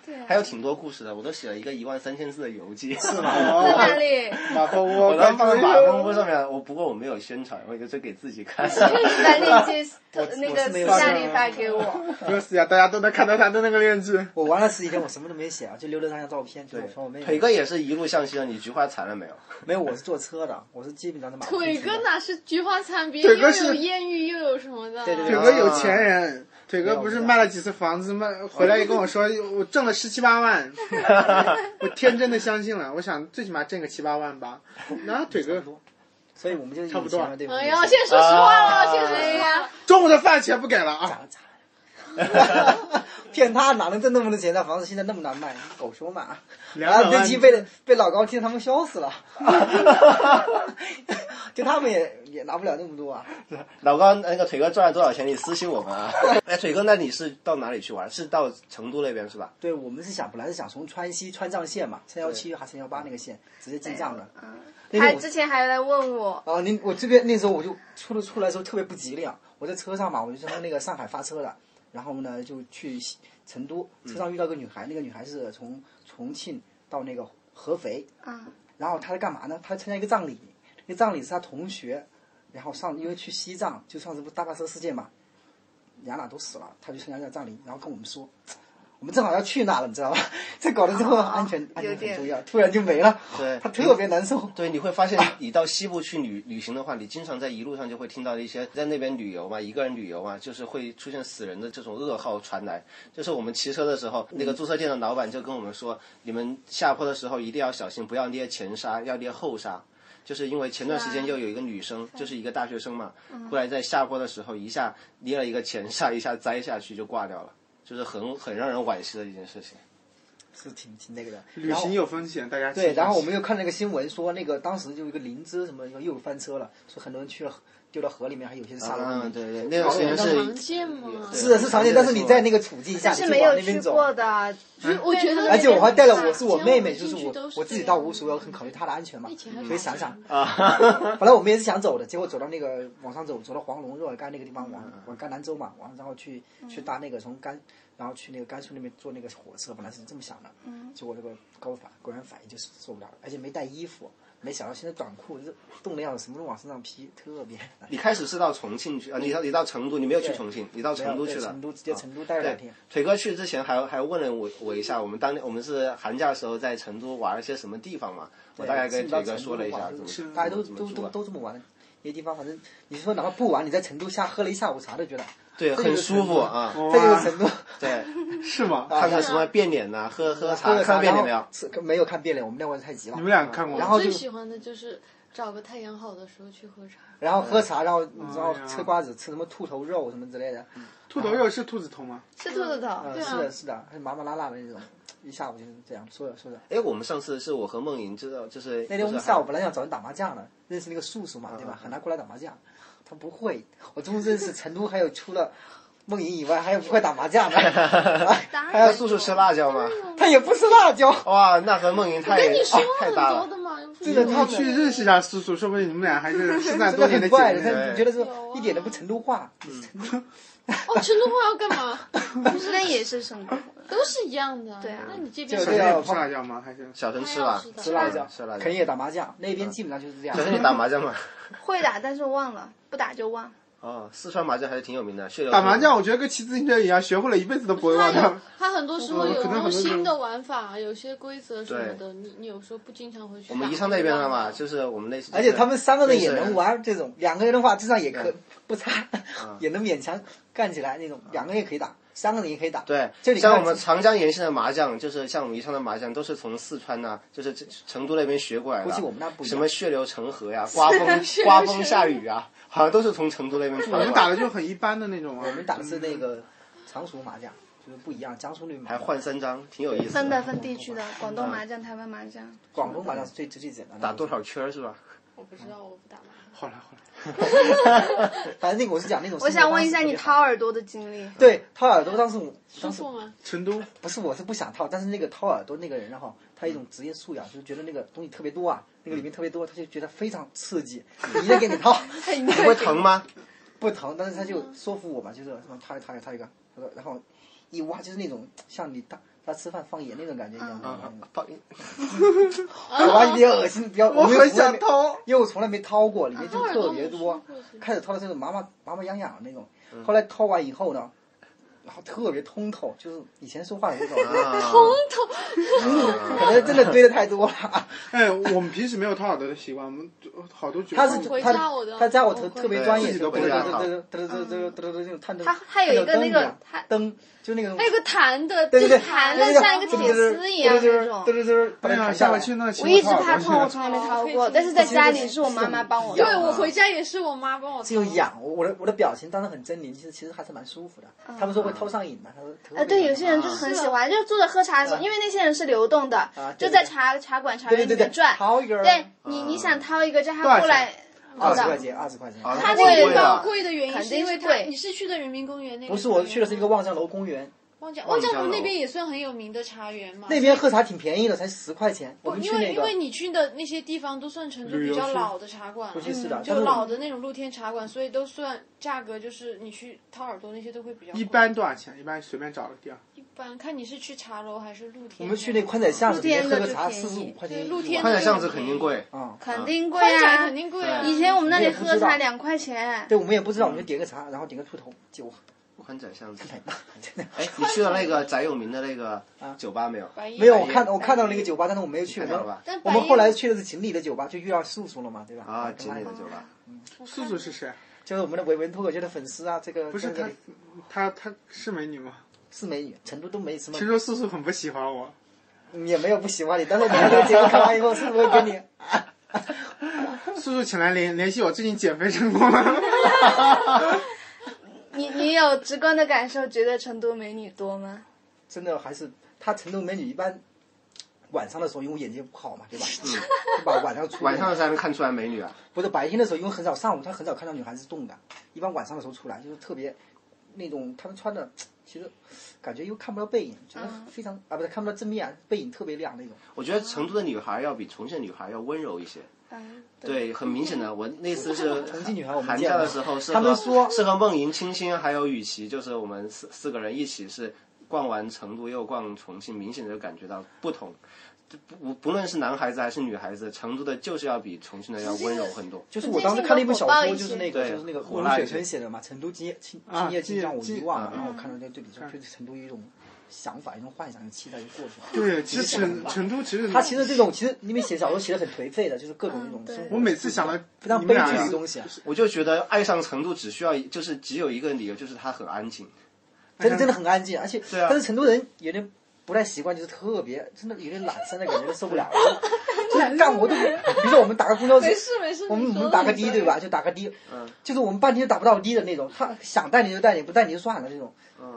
Speaker 3: 对啊，
Speaker 4: 还有挺多故事的，我都写了一个一万三千字的游记。是吗？
Speaker 3: 在
Speaker 1: 哦
Speaker 3: 哪里？
Speaker 1: 马蜂窝，
Speaker 4: 我都放在马蜂
Speaker 1: 窝。
Speaker 4: 窝上面，我不过我没有宣传，我就是给自己看。
Speaker 3: 把链接
Speaker 2: 我
Speaker 3: 那
Speaker 2: 我是
Speaker 3: 个
Speaker 2: 没
Speaker 3: 私
Speaker 2: 有
Speaker 3: 下
Speaker 1: 看
Speaker 3: 里发给 我。
Speaker 1: 不用死呀，大家都能看到他的那个链接。
Speaker 2: 我玩了十几天，我什么都没写啊，就留了张照片，就
Speaker 4: 对
Speaker 2: 我传我妹，
Speaker 4: 腿
Speaker 2: 妹。
Speaker 4: 哥也是一路向西的，你菊花残了没有？
Speaker 2: 没有，我是坐车的，我是基本上在马路
Speaker 5: 腿
Speaker 2: 上骑的
Speaker 5: 哥哪是菊花残别
Speaker 1: 腿
Speaker 5: 人
Speaker 1: 哥
Speaker 5: 又
Speaker 1: 是
Speaker 5: 有艳遇又有什么的？
Speaker 2: 对对
Speaker 1: 腿
Speaker 2: 对
Speaker 1: 哥有
Speaker 2: 啊
Speaker 1: 钱人，腿哥
Speaker 2: 没有
Speaker 1: 不是
Speaker 2: 没有
Speaker 1: 卖了几次房子，卖回来又跟我说，我挣了十七八万，我天真的相信了，我想最起码挣个七八万吧。然后腿哥
Speaker 2: 所以我们就
Speaker 1: 差不
Speaker 2: 有
Speaker 1: 多
Speaker 2: 钱了，对吧？
Speaker 5: 哎呀，先说实话
Speaker 4: 啊
Speaker 5: 了，哎先说实话。
Speaker 1: 中午的饭钱不给了啊，
Speaker 2: 咋咋？ 骗他哪能挣那么多钱？那房子现在那么难卖，狗熊买。
Speaker 1: 两
Speaker 2: 然
Speaker 1: 百
Speaker 2: 后啊这期
Speaker 1: 万。
Speaker 2: 被被老高听他们笑 死了，就他们也也拿不了那么多啊。
Speaker 4: 老高，那个腿哥赚了多少钱？你私信我们啊！ 哎，腿哥，那你是到哪里去玩？是到成都那边是吧？
Speaker 2: 对我们是想，本来是想从川西川藏线嘛，三幺七还是三幺八那个线直接进藏的。
Speaker 3: 嗯
Speaker 2: 那
Speaker 3: 还
Speaker 2: 天
Speaker 3: 之前还来问我，
Speaker 2: 我啊，您我这边那时候我就出了出来的时候特别不吉利啊，我在车上嘛，我就从那个上海发车的，然后呢就去西成都，车上遇到个女孩，那个女孩是从重庆到那个合肥，
Speaker 3: 啊，
Speaker 2: 然后他在干嘛呢？他参加一个葬礼，那个葬礼是他同学，然后上因为去西藏，就上次不是大巴车事件嘛，俩俩都死了，他就参加这个葬礼，然后跟我们说，我们正好要去那了，你知道吧？ 这搞得之后安全安全
Speaker 6: 哦有点
Speaker 2: 很重要，突然就没了，
Speaker 4: 对
Speaker 2: 他特别难受。
Speaker 4: 对，你会发现，你到西部去旅旅行的话，你经常在一路上就会听到一些在那边旅游嘛，一个人旅游嘛，就是会出现死人的这种噩耗传来。就是我们骑车的时候，那个租车店的老板就跟我们说，你们下坡的时候一定要小心，不要捏前刹，要捏后刹。就是因为前段时间又有一个女生，就是一个大学生嘛，后来在下坡的时候一下捏了一个前刹，一下栽下去就挂掉了，就是很很让人惋惜的一件事情。
Speaker 2: 是挺挺那个的。
Speaker 1: 旅
Speaker 2: 然后
Speaker 1: 行有风险，大家
Speaker 2: 对，然后我们
Speaker 1: 又
Speaker 2: 又看那个新闻说，那个当时就有一个灵芝什么又翻车了，说很多人去了丢到河里面，还有些人上了。
Speaker 4: 嗯，对对，那段时间
Speaker 5: 常
Speaker 4: 是。
Speaker 5: 见吗？
Speaker 4: 对
Speaker 2: 是的，是常见，但是你在那个处境下，
Speaker 6: 是
Speaker 2: 你
Speaker 6: 没
Speaker 2: 就往
Speaker 6: 有
Speaker 2: 那边
Speaker 6: 去
Speaker 2: 走。
Speaker 6: 过的，
Speaker 5: 我觉得
Speaker 2: 而且我还带了我是
Speaker 5: 我
Speaker 2: 我妹妹，就是
Speaker 5: 进去
Speaker 2: 我
Speaker 5: 都是
Speaker 2: 我自己倒无所谓，我很考虑她的安全嘛
Speaker 5: 以前还，
Speaker 2: 所以
Speaker 5: 蛮
Speaker 2: 闪闪。
Speaker 4: 啊，
Speaker 2: 本来我们也是想走的，结果走到那个往上走，走到黄龙若尔干那个地方，
Speaker 4: 嗯
Speaker 2: 往往甘南州嘛，往然后去
Speaker 5: 嗯
Speaker 2: 去搭那个从甘，然后去那个甘肃那边坐那个火车，本来是这么想的，
Speaker 5: 嗯
Speaker 2: 结果那个高反果然反应就是受不了，而且没带衣服，没想到现在短裤热冻的样子，什么都往身上披，特别难。
Speaker 4: 你开始是到重庆去啊？你到你到成都，你没有去
Speaker 2: 对
Speaker 4: 重庆，你到成都去了。
Speaker 2: 成都直接
Speaker 4: 啊
Speaker 2: 成都待了两
Speaker 4: 对
Speaker 2: 天，，
Speaker 4: 腿哥去之前还还问了我我一下，我们当年我们是寒假的时候在成都玩了些什么地方嘛？我大概跟腿哥说了一下，怎么
Speaker 2: 是
Speaker 4: 怎么
Speaker 2: 大家都
Speaker 4: 怎么
Speaker 2: 都
Speaker 4: 住
Speaker 2: 都
Speaker 4: 啊
Speaker 2: 都这么玩。一些地方，反正你说哪怕不玩，你在成都下喝了一下午茶都觉得，
Speaker 4: 对，很舒服啊。
Speaker 2: 这就是成 都。
Speaker 4: 对，
Speaker 1: 是吗？
Speaker 4: 看看什么变脸呐，喝喝茶，看变
Speaker 2: 变
Speaker 4: 脸没有？？
Speaker 2: 是没有看变脸，我们那玩的太急了。
Speaker 1: 你们俩看过
Speaker 2: 然
Speaker 1: 吗？
Speaker 2: 后就
Speaker 5: 最，喜欢的就是找个太阳好的时候去喝茶。
Speaker 2: 然后喝茶，然后然后
Speaker 1: 哎呀
Speaker 2: 吃瓜子，吃什么兔头肉什么之类的。
Speaker 1: 兔头肉是兔子头吗？
Speaker 3: 吃兔子头，
Speaker 2: 嗯，
Speaker 5: 对啊
Speaker 2: 是的，是的，还麻麻辣辣的那种，一下午就是这样。说着说着，
Speaker 4: 哎，我们上次是我和梦莹知道，就是
Speaker 2: 那天我们
Speaker 4: 就是
Speaker 2: 下午本来想找人打麻将的，认识那个叔叔嘛，对
Speaker 4: 嗯
Speaker 2: 吧
Speaker 4: 嗯？
Speaker 2: 喊他过来打麻将，他不会。我终于认识成都还有除了梦莹以外，还有不会打麻 将的，还
Speaker 4: 还有
Speaker 2: 有
Speaker 4: 叔叔吃辣椒吗？
Speaker 2: 他也不是辣椒。
Speaker 4: 哇，那和梦莹太
Speaker 5: 跟 你说
Speaker 4: 太
Speaker 5: 很
Speaker 4: 搭
Speaker 5: 多
Speaker 4: 了。
Speaker 5: 的嘛，又不
Speaker 2: 真
Speaker 5: 是
Speaker 2: 的
Speaker 1: 你去认识一下叔叔，说不定你们俩还 是失散
Speaker 4: 哎
Speaker 2: 真
Speaker 1: 多
Speaker 2: 的
Speaker 1: 年的
Speaker 2: 很怪
Speaker 1: 姐
Speaker 2: 的，
Speaker 1: 妹。
Speaker 2: 但你觉得说
Speaker 5: 有啊
Speaker 2: 一点都不成都话，
Speaker 4: 嗯
Speaker 5: 哦，成都话要干嘛？
Speaker 3: 那也是成功的。
Speaker 5: 都是一样的。
Speaker 3: 对啊
Speaker 5: 那你这边
Speaker 1: 小
Speaker 2: 就这
Speaker 1: 陈
Speaker 2: 样
Speaker 1: 也不吃辣椒吗？还是
Speaker 4: 小陈吃吧
Speaker 5: 他要吃，的
Speaker 2: 吃辣
Speaker 4: 嗯
Speaker 2: 椒
Speaker 4: 吃辣，椒嗯
Speaker 2: 肯定也打麻将。那边基本上就是这样。
Speaker 4: 小陈你打麻将吗？
Speaker 3: 会打，但是忘了，不打就忘。
Speaker 4: 哦，四川麻将还是挺有名的，血流
Speaker 1: 打
Speaker 4: 成
Speaker 1: 麻将？我觉得跟骑自行车一样，学会了一辈子都不会
Speaker 5: 它
Speaker 1: 忘
Speaker 5: 有
Speaker 2: 啊
Speaker 1: 的。，
Speaker 5: 它很多时候
Speaker 1: 我
Speaker 5: 有
Speaker 1: 可
Speaker 5: 那
Speaker 1: 能很多
Speaker 5: 种
Speaker 1: 时候
Speaker 5: 新的玩法，有些规则什么的，你你有时候不经常会去打。
Speaker 4: 我们宜昌那边的嘛，就是我们类似。
Speaker 2: 而且他们三个人也能
Speaker 4: 玩。
Speaker 2: 玩这种，两个人的话智商也可不差
Speaker 4: 嗯，
Speaker 2: 也能勉强干起来那种，两个人也可以打，三个人也可以打。
Speaker 4: 对，
Speaker 2: 就你看
Speaker 4: 像我们长江沿线的麻将，就是像我们宜昌的麻将，都是从四川呐、就是这成都那边学过来的。
Speaker 2: 估计我们那不一样
Speaker 4: 什么血流成河呀、刮风刮风下雨啊，好像都是从成都那边传
Speaker 1: 我
Speaker 4: 过来
Speaker 1: 们打的就很一般的那种啊。我
Speaker 2: 我们打的是那个常熟麻将，就是不一样，江苏那边麻
Speaker 4: 嗯还
Speaker 2: 将
Speaker 4: 换三张，挺有意思
Speaker 2: 啊
Speaker 3: 分的分地区的，广东麻将、台湾麻将。
Speaker 2: 广东麻将是最最最简单的。
Speaker 4: 嗯打多？少圈儿是吧？
Speaker 5: 我不知道，我不打麻将。
Speaker 1: 好了好了，
Speaker 2: 反正那个我是讲那种。
Speaker 3: 我想问一下你掏。耳朵的经历。
Speaker 2: 对，掏耳朵当时我
Speaker 5: 舒
Speaker 2: 当时
Speaker 5: 服吗？
Speaker 1: 成都
Speaker 2: 不是我是不想掏，但是那个掏耳朵那个人然后他一种职业素养，就是觉得那个东西特别多啊，那个里面
Speaker 1: 嗯
Speaker 2: 特别多，他就觉得非常刺激，一定给你 掏。
Speaker 4: 你会 疼吗？
Speaker 2: 不疼，但是他就说服我嘛，就是什么掏一掏一掏一个，他说然后一挖就是那种像你大他吃饭放盐那种感觉一样
Speaker 1: 嗯
Speaker 2: 的，
Speaker 4: 啊放
Speaker 2: 我挖一比较恶心，比较
Speaker 1: 我
Speaker 2: 没有
Speaker 1: 很
Speaker 2: 从来
Speaker 1: 想
Speaker 2: 没
Speaker 1: 掏，
Speaker 2: 因为我从来没掏过，里面就
Speaker 5: 掏
Speaker 6: 啊
Speaker 5: 耳
Speaker 2: 特
Speaker 5: 朵
Speaker 2: 别
Speaker 5: 很
Speaker 2: 多
Speaker 5: 舒服其，实
Speaker 2: 开始掏的是那种麻麻麻麻痒痒的那种，
Speaker 1: 嗯
Speaker 2: 后来掏完以后呢，然后特别通透，就是以前说话的那种，
Speaker 1: 啊
Speaker 4: 啊
Speaker 2: 可能真的堆的太多了。
Speaker 1: 哎，我们平时没有掏耳朵的习惯，我们好多局
Speaker 2: 他是
Speaker 5: 我回
Speaker 2: 他
Speaker 5: 家我的
Speaker 2: 他家我
Speaker 5: 我
Speaker 2: 特
Speaker 5: 会
Speaker 2: 特别专业，
Speaker 1: 自己
Speaker 2: 就
Speaker 1: 都
Speaker 2: 嘚
Speaker 1: 不会
Speaker 2: 嘚
Speaker 4: 打
Speaker 2: 嘚嘚嘚嘚嘚嘚嘚那种探头，
Speaker 3: 它它有一个那个它
Speaker 2: 探头灯一样灯，就那种
Speaker 3: 它有个弹的，
Speaker 2: 对
Speaker 3: 就
Speaker 2: 对
Speaker 3: 是
Speaker 2: 对，
Speaker 3: 弹的
Speaker 2: 对对对
Speaker 3: 像一个铁丝一样那
Speaker 2: 对
Speaker 3: 种。
Speaker 2: 对对对对，把
Speaker 1: 哎
Speaker 2: 它
Speaker 1: 呀，
Speaker 2: 砍下
Speaker 1: 下
Speaker 2: 来
Speaker 1: 回去那请
Speaker 3: 我一直
Speaker 1: 掏耳朵
Speaker 3: 怕
Speaker 1: 去
Speaker 3: 痛，我从来没掏过，但是在家里是我妈妈帮我
Speaker 2: 这
Speaker 3: 的
Speaker 2: 个。
Speaker 5: 对，我回家也是我妈帮我
Speaker 2: 只有痒，我我的我的表情当时很狰狞，其实其实还是蛮舒服的。他们说会偷上瘾嘛，他说
Speaker 3: 呃，对，有些人就是很喜欢，就是坐着喝茶的时候，因为那些人是流动的
Speaker 2: 啊，
Speaker 3: 就
Speaker 2: 对对
Speaker 3: 在
Speaker 2: 对
Speaker 3: 茶茶馆茶
Speaker 2: 对
Speaker 3: 园里
Speaker 2: 对对对
Speaker 3: 面转。
Speaker 2: 掏一根
Speaker 3: 对你，你想掏一个，叫他过来，
Speaker 2: 二十块钱二十块钱，
Speaker 4: 啊
Speaker 5: 它
Speaker 4: 他
Speaker 5: 那个地
Speaker 4: 贵啊
Speaker 5: 方贵的原因
Speaker 3: 肯
Speaker 5: 是
Speaker 3: 定
Speaker 5: 因为
Speaker 3: 是
Speaker 5: 它，
Speaker 3: 贵
Speaker 5: 你是去的人民公园那个？
Speaker 2: 不是我去的是一个望江楼公园，
Speaker 5: 望江望江楼
Speaker 4: 望江
Speaker 5: 哦
Speaker 4: 楼
Speaker 5: 那边也算很有名的茶园嘛。
Speaker 2: 那边喝茶挺便宜的，才十块钱。我们去
Speaker 5: 因为
Speaker 2: 那
Speaker 5: 因
Speaker 2: 个
Speaker 5: 为你去的那些地方都算成都
Speaker 1: 旅游
Speaker 5: 比较
Speaker 1: 区
Speaker 5: 老的茶馆，
Speaker 2: 不是是的，但
Speaker 5: 就是
Speaker 2: 我
Speaker 5: 老
Speaker 2: 们
Speaker 5: 的那种露天茶馆，所以都算价格，就是你去掏耳朵那些都会比较贵
Speaker 1: 一般多少钱？一般随便找个地儿。
Speaker 5: 一般，看你是去茶楼还是露天的。
Speaker 2: 我们去那宽窄巷子里面
Speaker 3: 露
Speaker 2: 喝
Speaker 3: 天
Speaker 2: 个
Speaker 3: 的
Speaker 2: 茶，
Speaker 3: 就
Speaker 2: 四
Speaker 3: 便
Speaker 2: 十五
Speaker 3: 宜
Speaker 2: 块钱一
Speaker 5: 对
Speaker 2: 碗。
Speaker 5: 露天
Speaker 4: 宽
Speaker 5: 的
Speaker 4: 窄巷子肯定贵，
Speaker 2: 啊，
Speaker 3: 肯定贵
Speaker 5: 宽窄
Speaker 3: 啊
Speaker 5: 肯。定贵啊。
Speaker 3: 以前我们那里
Speaker 2: 我也不
Speaker 3: 喝
Speaker 2: 知道
Speaker 3: 茶两块钱，
Speaker 2: 对，我们也不知道，我们就点个茶，然后点个兔头，就
Speaker 4: 宽窄巷子。
Speaker 2: 太大，真的。
Speaker 4: 哎，你去了那个翟永明的那个酒吧没有？
Speaker 5: 白夜
Speaker 2: 啊没有，
Speaker 4: 白
Speaker 2: 我
Speaker 4: 夜
Speaker 2: 看我看到那个酒吧，但是我没有去。
Speaker 4: 看到了吧？
Speaker 5: 但
Speaker 2: 我
Speaker 5: 白
Speaker 2: 们
Speaker 5: 夜
Speaker 2: 后来去的是锦里的酒吧，就遇到素素了嘛，对吧？
Speaker 4: 啊，
Speaker 2: 很
Speaker 4: 锦
Speaker 2: 可爱
Speaker 4: 里的酒吧。
Speaker 1: 素素是谁？
Speaker 2: 就是我们的维文脱口秀的粉丝啊，这个
Speaker 1: 不是
Speaker 2: 在这
Speaker 1: 她
Speaker 2: 里，
Speaker 1: 她她是美女吗？
Speaker 2: 是美女，成都都没什么
Speaker 1: 听，说素素很不喜欢我，
Speaker 2: 也没有不喜欢你。但是我们这个节目看完以后，是不是会给你？
Speaker 1: 素素请来联联系我，最近减肥成功 了。
Speaker 3: 你你有直观的感受，觉得成都美女多吗？
Speaker 2: 真的还是她成都美女一般，晚上的时候因为我眼睛不好嘛，对吧？对吧？晚上出
Speaker 4: 晚上才能看出来美女啊！
Speaker 2: 不是白天的时候，因为很少上午，她很少看到女孩子动的，一般晚上的时候出来就是特别那种她们穿的，其实感觉又看不到背影，觉得
Speaker 3: 嗯
Speaker 2: 非常、啊不是看不到正面，背影特别亮那种。
Speaker 4: 我觉得成都的女孩要比重庆的女孩要温柔一些。
Speaker 3: 嗯，
Speaker 4: 对，很明显的，我那次是
Speaker 2: 重庆女孩我们
Speaker 4: 寒
Speaker 2: 见
Speaker 4: 假的
Speaker 2: 了
Speaker 4: 时候是
Speaker 2: 他
Speaker 4: 和
Speaker 2: 们说
Speaker 4: 是和梦莹、清新还有雨琦，就是我们四四个人一起是逛完成都又逛重庆，明显的就感觉到不同。就不不不论是男孩子还是女孩子，成都的就是要比重庆的要温柔很多。
Speaker 2: 就是我当时看了一本小说，就是那个
Speaker 4: 对
Speaker 2: 就是那个吴
Speaker 4: 火辣
Speaker 2: 雪
Speaker 4: 一些
Speaker 2: 春写的嘛，《成都今夜今
Speaker 1: 啊
Speaker 2: 今夜竟
Speaker 1: 今
Speaker 2: 让我
Speaker 1: 今
Speaker 2: 遗忘》，
Speaker 4: 嗯
Speaker 2: 然后我看到这对比之后，对成都有一种想法、一种幻想、一种期待就过去了。
Speaker 1: 对，其实成成都其实
Speaker 2: 他其实这种其实因为写小说写的很颓废的，就是各种一种
Speaker 3: 嗯对
Speaker 2: 生活，
Speaker 1: 我每次想到
Speaker 2: 非常
Speaker 1: 你
Speaker 2: 悲
Speaker 1: 们俩
Speaker 2: 剧的东西啊，
Speaker 4: 我就觉得爱上成都只需要就是只有一个理由，就是它很安静。
Speaker 2: 真的真的很安静，而且
Speaker 4: 啊
Speaker 2: 但是成都人有点不太习惯，就是特别真的有点懒散的感觉，都受不了了。就是干活都不，比如说我们打个公交车，
Speaker 6: 没事没事，
Speaker 2: 我们
Speaker 6: 你
Speaker 2: 我
Speaker 6: 说
Speaker 2: 们打个
Speaker 6: 你
Speaker 2: 的
Speaker 6: 说
Speaker 2: 对吧？就打个的，
Speaker 4: 嗯
Speaker 2: 就是我们半天打不到的的那种，他想带你就带你，不带你就算了那种。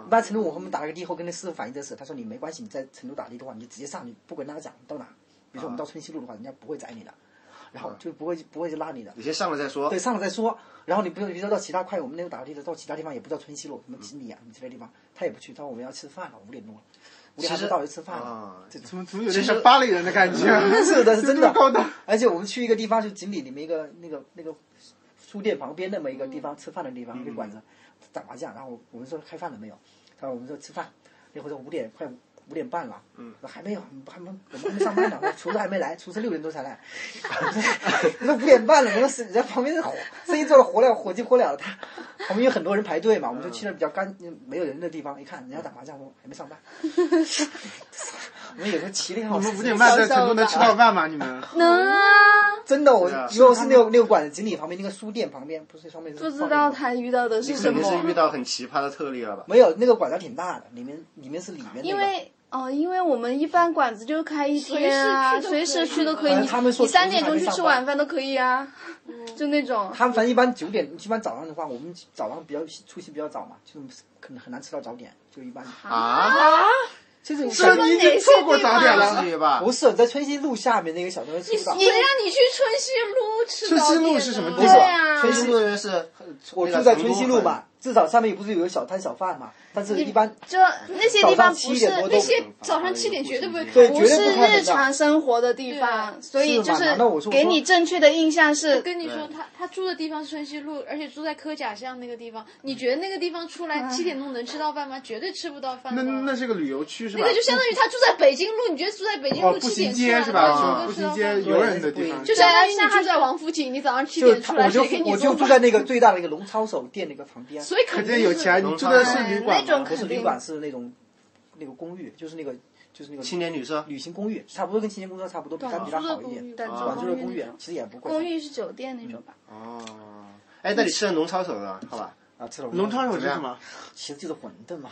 Speaker 2: 一般成都我和我们打了个的以后，跟那师傅反映这事，他说你没关系，你在成都打的的话，你就直接上去，不管他讲你到哪，比如说我们到春熙路的话，人家不会宰你的，然后就不会不会去拉你的。
Speaker 4: 你先上了再说
Speaker 2: 对，。上了再说。然后你不用，比如说到其他快，我们那种打个的的到其他地方也不知道春熙路什么锦里啊什么之类的地方，他也不去。他说我们要吃饭了，五点钟了，五点还
Speaker 4: 其实
Speaker 2: 没到就吃
Speaker 1: 嗯
Speaker 2: 饭了。
Speaker 4: 啊，
Speaker 2: 这种
Speaker 1: 怎么怎么有点像巴黎人的感觉？
Speaker 2: 是的，是
Speaker 1: 这
Speaker 2: 真
Speaker 1: 么
Speaker 2: 的。
Speaker 1: 高档。
Speaker 2: 而且我们去一个地方，就锦里里面一个那个那个书店旁边那么一个地
Speaker 1: 嗯
Speaker 2: 方、吃饭的地方，一个馆子打麻将。然后我们说开饭了没有？他说我们说吃饭，那会儿都五点快五点半了，嗯，还没有，还没我们还没上班呢，我厨师还没来，厨师六点多 才来。你说五点半了，我说是在旁边的火生意做的火了火急火燎的，他旁边有很多人排队嘛，我们就去了比较干嗯没有人的地方，一看人家打麻将，我还 没上班。 我们有时候骑了一
Speaker 1: 我
Speaker 2: 趟，
Speaker 1: 们五点半在成都能吃到饭吗？你们？
Speaker 3: 能啊，
Speaker 2: 真的，我
Speaker 4: 对啊
Speaker 2: 如果是那个那个馆子锦里旁边那个书店旁边，不是上面
Speaker 3: 不知道
Speaker 2: 它
Speaker 3: 他遇到的
Speaker 4: 你
Speaker 3: 是什
Speaker 4: 肯定是遇
Speaker 3: 么，
Speaker 4: 到很奇葩的特例了吧？
Speaker 2: 没有那个馆子挺大的，里面里面是里面那个，
Speaker 3: 因为。哦，因为我们一般馆子就开一天啊，随
Speaker 6: 随
Speaker 3: 时
Speaker 6: 时
Speaker 3: 去
Speaker 6: 去
Speaker 3: 都
Speaker 6: 都
Speaker 3: 可
Speaker 6: 可
Speaker 3: 以
Speaker 6: 以，
Speaker 3: 你
Speaker 2: 反正他们说
Speaker 3: 你三点钟去
Speaker 2: 平常
Speaker 3: 吃
Speaker 2: 上班
Speaker 3: 晚饭都可以啊，就那种。
Speaker 2: 他们反正一般九点，一般早上的话，我们早上比较出席比较早嘛，就是可能很难吃到早点，就一般
Speaker 4: 啊，
Speaker 2: 就是
Speaker 1: 这你已经错过早点
Speaker 4: 不
Speaker 1: 了
Speaker 4: 至。于吧？
Speaker 2: 不是在春熙路下面那个小东西吃不到。
Speaker 6: 谁让你去春熙路吃
Speaker 1: 春
Speaker 6: 早
Speaker 1: 熙
Speaker 6: 点呢？
Speaker 1: 路是什么地
Speaker 2: 不
Speaker 1: 方
Speaker 2: 是
Speaker 3: 对啊
Speaker 2: 春
Speaker 4: 春
Speaker 2: 熙
Speaker 4: 熙
Speaker 2: 路，
Speaker 4: 路园是，
Speaker 2: 我
Speaker 4: 那个
Speaker 2: 住在
Speaker 4: 成
Speaker 2: 春熙
Speaker 4: 都
Speaker 2: 路
Speaker 4: 很
Speaker 2: 嘛，至少上面不是有个小摊小贩嘛，但是一般
Speaker 3: 就那些地方不
Speaker 2: 早上七
Speaker 3: 是
Speaker 2: 点多都
Speaker 3: 那
Speaker 6: 那
Speaker 3: 些
Speaker 6: 些早上七点绝对不会开。
Speaker 2: 对
Speaker 3: 不
Speaker 2: 绝
Speaker 3: 是
Speaker 2: 对不开
Speaker 3: 日
Speaker 2: 门的。
Speaker 3: 常生活的地方，
Speaker 6: 对
Speaker 3: 所以就是
Speaker 2: 吧难道我说
Speaker 3: 给你正确的印象是
Speaker 6: 我跟你说，
Speaker 4: 对
Speaker 6: 他他住的地方是春熙路，而且住在科甲巷那个地方。你觉得那个地方出
Speaker 3: 哎
Speaker 6: 来七点钟能吃到饭吗？绝对吃不到饭
Speaker 1: 那
Speaker 6: 的。
Speaker 1: 那是个旅游区是吧？
Speaker 6: 那个就相当于他住在北京路，你觉得住在北京
Speaker 1: 哦，
Speaker 6: 路
Speaker 1: 步行
Speaker 6: 七点出
Speaker 1: 街
Speaker 6: 来
Speaker 1: 是
Speaker 6: 的
Speaker 1: 吧？
Speaker 6: 话，
Speaker 1: 是
Speaker 6: 能
Speaker 1: 步
Speaker 6: 够吃
Speaker 1: 行
Speaker 6: 到饭
Speaker 1: 街
Speaker 6: 吗？
Speaker 1: 游人的地方，
Speaker 6: 就相
Speaker 3: 哎
Speaker 6: 当于你住在王府井，你早上七
Speaker 2: 就
Speaker 6: 点
Speaker 2: 是他
Speaker 6: 出
Speaker 2: 我
Speaker 6: 来，
Speaker 2: 就
Speaker 6: 谁给你
Speaker 2: 我就
Speaker 6: 做
Speaker 2: 住
Speaker 6: 饭？
Speaker 2: 在那个最大的一个龙抄手店那个旁边，
Speaker 6: 所以肯
Speaker 1: 肯
Speaker 6: 定
Speaker 1: 定有
Speaker 6: 是
Speaker 1: 钱。你住的是旅馆
Speaker 3: 那种
Speaker 1: 吗？
Speaker 2: 不是
Speaker 3: 肯
Speaker 2: 旅
Speaker 3: 定
Speaker 2: 馆，是那种那个公寓，就是那个就是那个
Speaker 4: 青年旅社，
Speaker 2: 旅行公寓，差不多跟青年公寓差不多，比它比它
Speaker 6: 租的
Speaker 2: 好一
Speaker 6: 公
Speaker 2: 点。
Speaker 6: 寓，
Speaker 3: 对
Speaker 4: 啊
Speaker 2: 短租的公
Speaker 3: 寓
Speaker 2: 寓
Speaker 3: 那种，
Speaker 2: 其实也不贵。
Speaker 3: 公寓是酒店那种吧？
Speaker 4: 哦，
Speaker 2: 嗯
Speaker 4: 哎，那你吃了龙抄手了，好吧？
Speaker 2: 啊，吃了
Speaker 1: 龙抄手是什么？
Speaker 2: 其实就是馄饨嘛。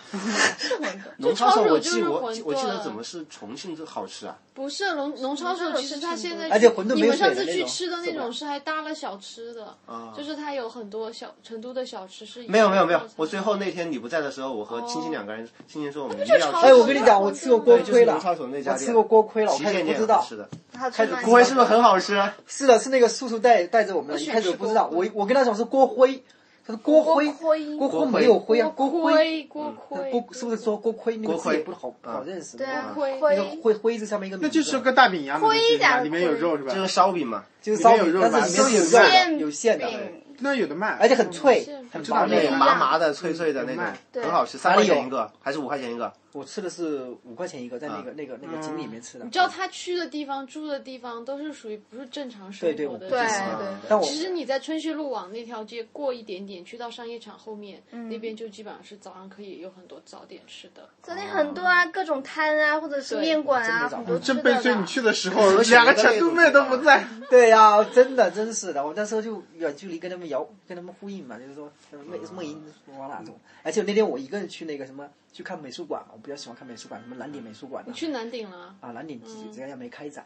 Speaker 4: 龙抄手，我
Speaker 6: 就
Speaker 4: 记
Speaker 6: 是
Speaker 4: 我
Speaker 6: 馄饨
Speaker 4: 我记得怎么是重庆最好吃啊？
Speaker 6: 不是农农超市，其实它现在
Speaker 2: 而且馄饨
Speaker 6: 你
Speaker 2: 没有水
Speaker 6: 们上
Speaker 2: 的
Speaker 6: 次
Speaker 2: 那
Speaker 6: 去
Speaker 2: 种
Speaker 6: 吃的
Speaker 2: 是
Speaker 6: 那
Speaker 2: 吧
Speaker 6: 种是还搭了小吃的，
Speaker 4: 啊
Speaker 6: 就是它有很多小成都的小吃是
Speaker 4: 没有没有没有，我最后那天你不在的时候，我和青青两个人，青青说我们一定要
Speaker 6: 抄
Speaker 2: 哎，
Speaker 4: 吃。
Speaker 2: 我跟你讲，我吃过锅
Speaker 4: 就是
Speaker 2: 盔了
Speaker 4: 龙，抄手那家
Speaker 2: 我
Speaker 4: 店，
Speaker 2: 吃过锅盔了，我
Speaker 4: 旗
Speaker 2: 开始
Speaker 4: 舰
Speaker 2: 不
Speaker 4: 店
Speaker 2: 知道
Speaker 4: 是。的，
Speaker 3: 他去
Speaker 2: 开始
Speaker 3: 卖
Speaker 4: 锅盔是不是很好吃？
Speaker 2: 是的，是那个叔叔带带着我们的，一
Speaker 6: 喜
Speaker 2: 开
Speaker 6: 欢
Speaker 2: 始
Speaker 6: 吃
Speaker 2: 不知道。我我跟他讲是锅盔，他说锅
Speaker 3: 锅
Speaker 2: 盔，
Speaker 3: 盔
Speaker 2: 锅
Speaker 4: 锅
Speaker 2: 盔
Speaker 4: 盔
Speaker 2: 没有灰啊，
Speaker 6: 锅
Speaker 2: 锅盔。
Speaker 6: 锅盔，
Speaker 2: 锅是不是说锅盔那个
Speaker 4: 锅
Speaker 2: 字也
Speaker 4: 盔
Speaker 2: 不好不
Speaker 4: 啊
Speaker 2: 好认识？
Speaker 3: 对啊，
Speaker 6: 盔
Speaker 2: 那个
Speaker 3: 盔
Speaker 2: 灰灰字上面一个米字，
Speaker 1: 那就是个大饼一样的东西
Speaker 3: 盔
Speaker 1: 是吧，
Speaker 3: 甲的
Speaker 1: 里面有
Speaker 3: 盔
Speaker 1: 肉是吧
Speaker 4: 这？个烧饼嘛，
Speaker 2: 就是烧
Speaker 1: 里面有，
Speaker 2: 饼
Speaker 1: 肉吧
Speaker 2: 但是里面
Speaker 4: 都有
Speaker 2: 馅
Speaker 3: 馅
Speaker 2: 的，有馅的，
Speaker 3: 饼
Speaker 1: 那有的卖，
Speaker 2: 而且很脆
Speaker 6: 馅，
Speaker 2: 很
Speaker 4: 知
Speaker 2: 薄
Speaker 4: 道
Speaker 2: 那
Speaker 4: 那
Speaker 2: 种
Speaker 4: 个麻麻的脆脆的
Speaker 1: 嗯
Speaker 4: 那
Speaker 1: 有卖
Speaker 4: 种，
Speaker 3: 对
Speaker 4: 很好吃，
Speaker 2: 哪
Speaker 4: 三
Speaker 2: 里
Speaker 4: 块
Speaker 2: 有
Speaker 4: 钱一个还是五块钱一个？
Speaker 2: 我吃的是五块钱一个，在那个、那个那个井里面吃的。
Speaker 6: 嗯你知道他去的地方、住的地方都是属于不是正常生
Speaker 2: 对对，我
Speaker 6: 活
Speaker 2: 不
Speaker 6: 的
Speaker 2: 是
Speaker 6: 地
Speaker 2: 喜
Speaker 6: 方
Speaker 2: 欢
Speaker 3: 对
Speaker 1: 对
Speaker 2: 但我
Speaker 6: 其实你在春熙路往那条街过一点点，去到商业场后面，那边就基本上是早上可以有很多早点吃的。
Speaker 3: 昨天很多啊，各种摊啊，或者是面馆啊，
Speaker 2: 对真
Speaker 3: 很多吃的
Speaker 1: 这
Speaker 2: 没找
Speaker 1: 被追你
Speaker 3: 的
Speaker 1: 去的时候，
Speaker 4: 选
Speaker 1: 两
Speaker 4: 择
Speaker 1: 个成都妹都不在。
Speaker 2: 对呀、真的真是的，我那时候就远距离跟他们摇，跟他们呼应嘛，就是说梦梦莹往哪走。而且那天我一个人去那个什么去看美术馆嘛，我比较喜欢看美术馆，什么蓝鼎美术馆、啊。
Speaker 6: 去嗯南鼎了，
Speaker 2: 啊，蓝顶几这家没开展，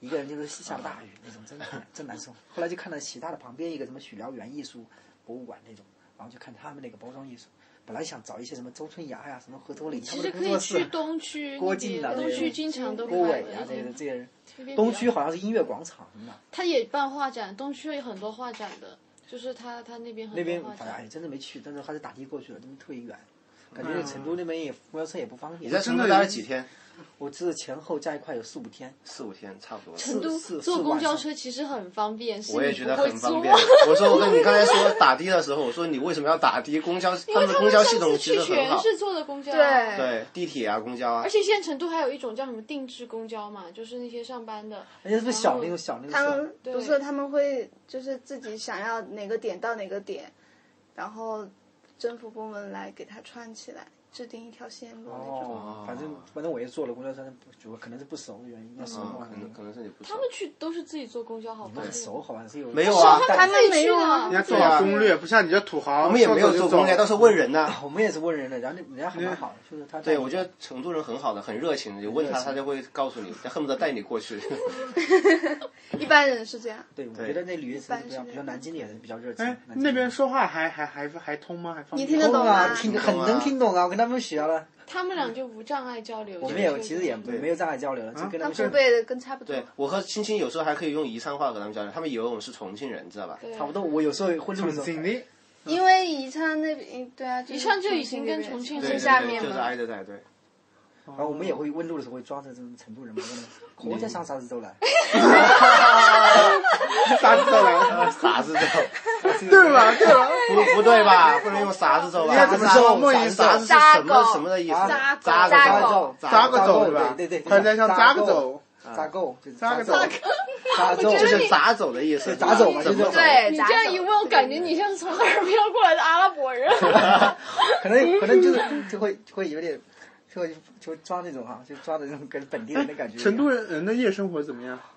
Speaker 2: 一个人就是下大雨那种，真的真难受。后来就看到其他的旁边一个什么许燎原艺术博物馆那种，然后就看他们那个包装艺术。本来想找一些什么周春芽呀、什么何多林他
Speaker 6: 其
Speaker 2: 们的工
Speaker 6: 实可以
Speaker 2: 作
Speaker 6: 去
Speaker 2: 室，
Speaker 6: 东区
Speaker 2: 郭
Speaker 6: 那
Speaker 2: 靖
Speaker 6: 边，
Speaker 2: 啊
Speaker 6: 东
Speaker 2: 这些
Speaker 6: 区经常都
Speaker 2: 郭
Speaker 6: 会
Speaker 2: 伟
Speaker 6: 有
Speaker 2: 呀、
Speaker 6: 那
Speaker 2: 这些
Speaker 6: 些
Speaker 2: 人这些人。哦
Speaker 6: 那边比 较
Speaker 2: 东区好像是音乐广场什么的，
Speaker 6: 他也办画展，东区有很多画展的，就是他他那边很
Speaker 2: 那边
Speaker 6: 多画
Speaker 2: 反正
Speaker 6: 展。
Speaker 2: 哎真的没去，但是还是打的过去了，他们特别远。感觉成都那边也公交车也不方便。
Speaker 4: 你在成都待了几天？
Speaker 2: 我这前后加一块有四五天，
Speaker 4: 四五天差不多。
Speaker 6: 成都
Speaker 2: 四四
Speaker 6: 坐
Speaker 2: 四
Speaker 6: 公交
Speaker 2: 晚上
Speaker 6: 车其实很方便，是
Speaker 4: 我也
Speaker 6: 你
Speaker 4: 觉
Speaker 6: 不
Speaker 4: 得
Speaker 6: 会
Speaker 4: 很方
Speaker 6: 坐
Speaker 4: 便。。 我说，我跟你刚才 说打的的时候，我说你为什么要打的？公交他们的公交系统其
Speaker 6: 去
Speaker 4: 实很
Speaker 6: 全
Speaker 4: 好，
Speaker 6: 是坐的公交，
Speaker 3: 对
Speaker 4: 对地铁啊、公交啊
Speaker 6: 而。且现在成都还有一种叫什么定制公交嘛，就是那些上班的，
Speaker 2: 而且是不是小那种小那
Speaker 3: 他
Speaker 2: 种
Speaker 3: 们不是他们会就是自己想要哪个点到哪个点，然后政府部门来给它串起来，制定一条线路那种。
Speaker 2: 哦，反正反正我也坐了公交车，但不我可能是不熟的原因，要熟的话
Speaker 4: 嗯可能可能是你不
Speaker 6: 他们去都是自己坐公交，好
Speaker 2: 你
Speaker 6: 方
Speaker 2: 们很
Speaker 6: 便。
Speaker 2: 熟，好吧？是有
Speaker 4: 没有啊
Speaker 2: 但
Speaker 3: 哦他们
Speaker 6: 自己
Speaker 3: 没
Speaker 6: 去
Speaker 3: 有
Speaker 6: 的
Speaker 3: 啊
Speaker 1: 人家做
Speaker 4: 对
Speaker 1: 好
Speaker 4: 啊
Speaker 1: 攻略，不像你这土豪。
Speaker 4: 我们也没有
Speaker 1: 做
Speaker 4: 做公交，到时候问人呢、
Speaker 6: 啊
Speaker 2: 我们也是问人的，然后人家还蛮好的，就是他
Speaker 4: 对，我觉得成都人很好的，很热情的，你问他，他就会告诉你，他恨不得带你过 去。
Speaker 3: 一般人是这样，
Speaker 2: 对，我觉得那旅游城市比
Speaker 3: 一
Speaker 2: 较
Speaker 3: 般是
Speaker 2: 比较南京也是比较热情
Speaker 1: 哎，，
Speaker 2: 南京
Speaker 1: 那边说话还还还还通吗？还方便
Speaker 3: 你听得
Speaker 2: 通
Speaker 3: 懂
Speaker 2: 啊，
Speaker 3: 吗
Speaker 2: 听
Speaker 4: 懂
Speaker 2: 很
Speaker 4: 啊
Speaker 2: 能听懂啊，我跟他们学了，
Speaker 6: 他们俩就无障碍交流。
Speaker 2: 我们
Speaker 6: 就
Speaker 2: 也
Speaker 6: 是
Speaker 2: 其实也
Speaker 4: 对
Speaker 2: 没有障碍交流
Speaker 6: 啊
Speaker 2: 了，就跟他
Speaker 3: 那
Speaker 2: 们
Speaker 3: 湖
Speaker 2: 说
Speaker 3: 北的跟差不多
Speaker 4: 对。我和青青有时候还可以用宜昌话和他们交流，他们以为我们是重庆人，知道吧？
Speaker 6: 对
Speaker 2: 差不多。我有时候会录的
Speaker 1: 重
Speaker 2: 时候，
Speaker 1: 庆的，
Speaker 3: 因为宜昌那边，对啊，宜
Speaker 6: 宜昌就已经跟重庆
Speaker 4: 对
Speaker 6: 是
Speaker 4: 对
Speaker 3: 下
Speaker 4: 对
Speaker 3: 面
Speaker 4: 就是
Speaker 3: 嘛。
Speaker 4: 挨着在对。
Speaker 2: 然后我们也会问路的时候会装成这种成都人嘛，
Speaker 1: 嗯
Speaker 2: 问我在上啥子走了，
Speaker 1: 啥子都来，
Speaker 4: 傻子走，
Speaker 1: 对吧？对吧？
Speaker 4: 不不对吧？不能用傻子走吧？
Speaker 1: 应该怎么
Speaker 2: 傻
Speaker 1: 说？
Speaker 2: 子
Speaker 1: 梦遗
Speaker 2: 傻
Speaker 1: 啥
Speaker 4: 是
Speaker 1: 子？
Speaker 4: 什么什么的意思？
Speaker 3: 扎狗
Speaker 4: 扎
Speaker 3: 扎狗
Speaker 4: 走，
Speaker 1: 扎个走
Speaker 2: 狗
Speaker 1: 对吧？
Speaker 2: 对对对
Speaker 1: 快点像扎个
Speaker 2: 扎
Speaker 1: 走，
Speaker 2: 咋够就是
Speaker 1: 嗯扎个
Speaker 2: 个
Speaker 1: 走，
Speaker 2: 咋够
Speaker 4: 就
Speaker 2: 就是
Speaker 4: 是砸走的意思。
Speaker 2: 砸走嘛
Speaker 4: 怎么
Speaker 2: 就
Speaker 4: 走
Speaker 2: 是？
Speaker 3: 哎对，
Speaker 6: 你
Speaker 3: 杂
Speaker 6: 这样
Speaker 3: 种
Speaker 6: 一问，我感觉你像从哪儿飘过来的阿拉伯 人。
Speaker 2: 可能可能就是就会就会有点，就会就会抓那种哈、就抓的那种跟本地人的感觉一样。
Speaker 1: 成都人人的夜生活怎么样？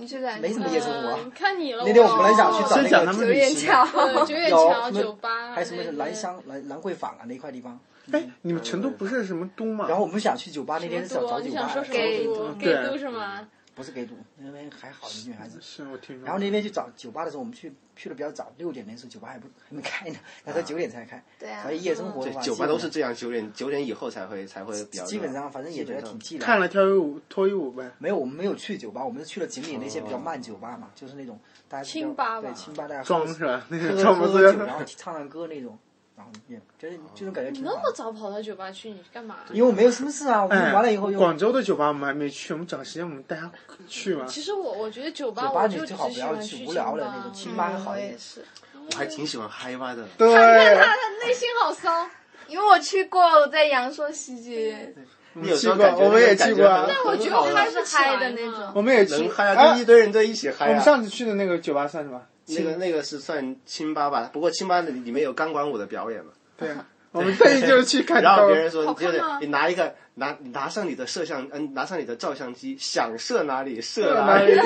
Speaker 3: 你去哪里？
Speaker 2: 没什么夜生活啊、
Speaker 6: 嗯 看你了。
Speaker 2: 那天
Speaker 3: 哦
Speaker 2: 我们本来 想去找
Speaker 1: 先讲
Speaker 2: 那
Speaker 1: 他
Speaker 2: 个，
Speaker 1: 们
Speaker 3: 有
Speaker 1: 旅
Speaker 3: 点
Speaker 1: 行。
Speaker 3: 巧。
Speaker 6: 呃九眼
Speaker 2: 有
Speaker 6: 桥
Speaker 2: 什么
Speaker 6: 酒吧，
Speaker 2: 还有什么
Speaker 6: 那
Speaker 2: 兰香兰兰桂坊啊那一块地方。
Speaker 1: 哎，你们成都不是什么都吗？
Speaker 2: 然后我们想去酒吧，那天是想找
Speaker 6: 你
Speaker 2: 酒
Speaker 6: 想
Speaker 2: 吧
Speaker 6: 说，什
Speaker 3: 给
Speaker 6: 么
Speaker 3: 毒
Speaker 6: 毒？
Speaker 1: 对
Speaker 6: 给毒是吗？
Speaker 2: 不是给赌，那边还好女孩子。
Speaker 1: 是我听说。
Speaker 2: 然后那天去找酒吧的时候，我们去去的比较早，六点那时候酒吧还不还没开呢，那时候九点才开。
Speaker 3: 对啊
Speaker 2: 所以夜生活
Speaker 4: 对
Speaker 2: 的，话，
Speaker 4: 酒吧
Speaker 2: 基本
Speaker 4: 都是 这样，九点九点以后才会才会比较热。
Speaker 2: 基本上，反正也觉得挺寂寥。
Speaker 1: 看了跳一舞脱衣舞呗。
Speaker 2: 没有，我们没有去酒吧，我们是去了锦里那些比较慢酒吧嘛，就是那种大家比较
Speaker 6: 清吧吧
Speaker 2: 对清吧，大家喝
Speaker 1: 装是吧？那个
Speaker 2: 喝
Speaker 1: 装
Speaker 2: 喝
Speaker 1: 不
Speaker 2: 酒，
Speaker 1: 是？
Speaker 2: 然后唱唱歌那种，然后也就是这种感觉挺
Speaker 6: 那
Speaker 2: 好
Speaker 6: 么
Speaker 2: 的。
Speaker 6: 早跑到酒吧去，你干嘛？
Speaker 2: 因为我没有什么事啊，我
Speaker 1: 哎，
Speaker 2: 们完了以后又
Speaker 1: 广州的酒吧我们还没去，我们找时间我们带他去嘛。
Speaker 6: 其实我我觉得酒吧，
Speaker 2: 酒
Speaker 6: 我
Speaker 2: 吧
Speaker 6: 就
Speaker 2: 你
Speaker 6: 只
Speaker 2: 最好不
Speaker 6: 喜欢
Speaker 2: 要
Speaker 6: 去
Speaker 2: 去无聊的那种，清吧还
Speaker 3: 嗯
Speaker 2: 好
Speaker 3: 我
Speaker 2: 一
Speaker 3: 也
Speaker 2: 点。
Speaker 3: 是，
Speaker 4: 我还挺喜欢嗨吧的。
Speaker 1: 对，
Speaker 6: 内心好骚。
Speaker 3: 因为我去过，我在阳朔西街，
Speaker 6: 嗯
Speaker 4: 你有时候
Speaker 1: 去过
Speaker 4: 感觉
Speaker 1: 我们也去过啊
Speaker 4: 但
Speaker 6: 我觉得
Speaker 3: 真
Speaker 6: 嗨
Speaker 3: 的是嗨的那种。
Speaker 1: 我们也去
Speaker 4: 能嗨
Speaker 1: 哎
Speaker 4: 啊，跟一堆人在一起嗨
Speaker 1: 我们
Speaker 4: 啊。
Speaker 1: 上次去的那个酒吧算什么？
Speaker 4: 那个那个是算清吧吧，不过清吧里面有钢管舞的表演嘛。
Speaker 1: 对，
Speaker 2: 啊
Speaker 1: 我们特意就是去 看
Speaker 4: 然后
Speaker 1: 高
Speaker 4: 别人说，你
Speaker 6: 好
Speaker 4: 就
Speaker 6: 看
Speaker 4: 得
Speaker 6: 吗
Speaker 4: 你拿一个拿你拿上你的摄像，嗯、拿上你的照相机，想射哪里射
Speaker 1: 射
Speaker 4: 哪
Speaker 1: 哪里，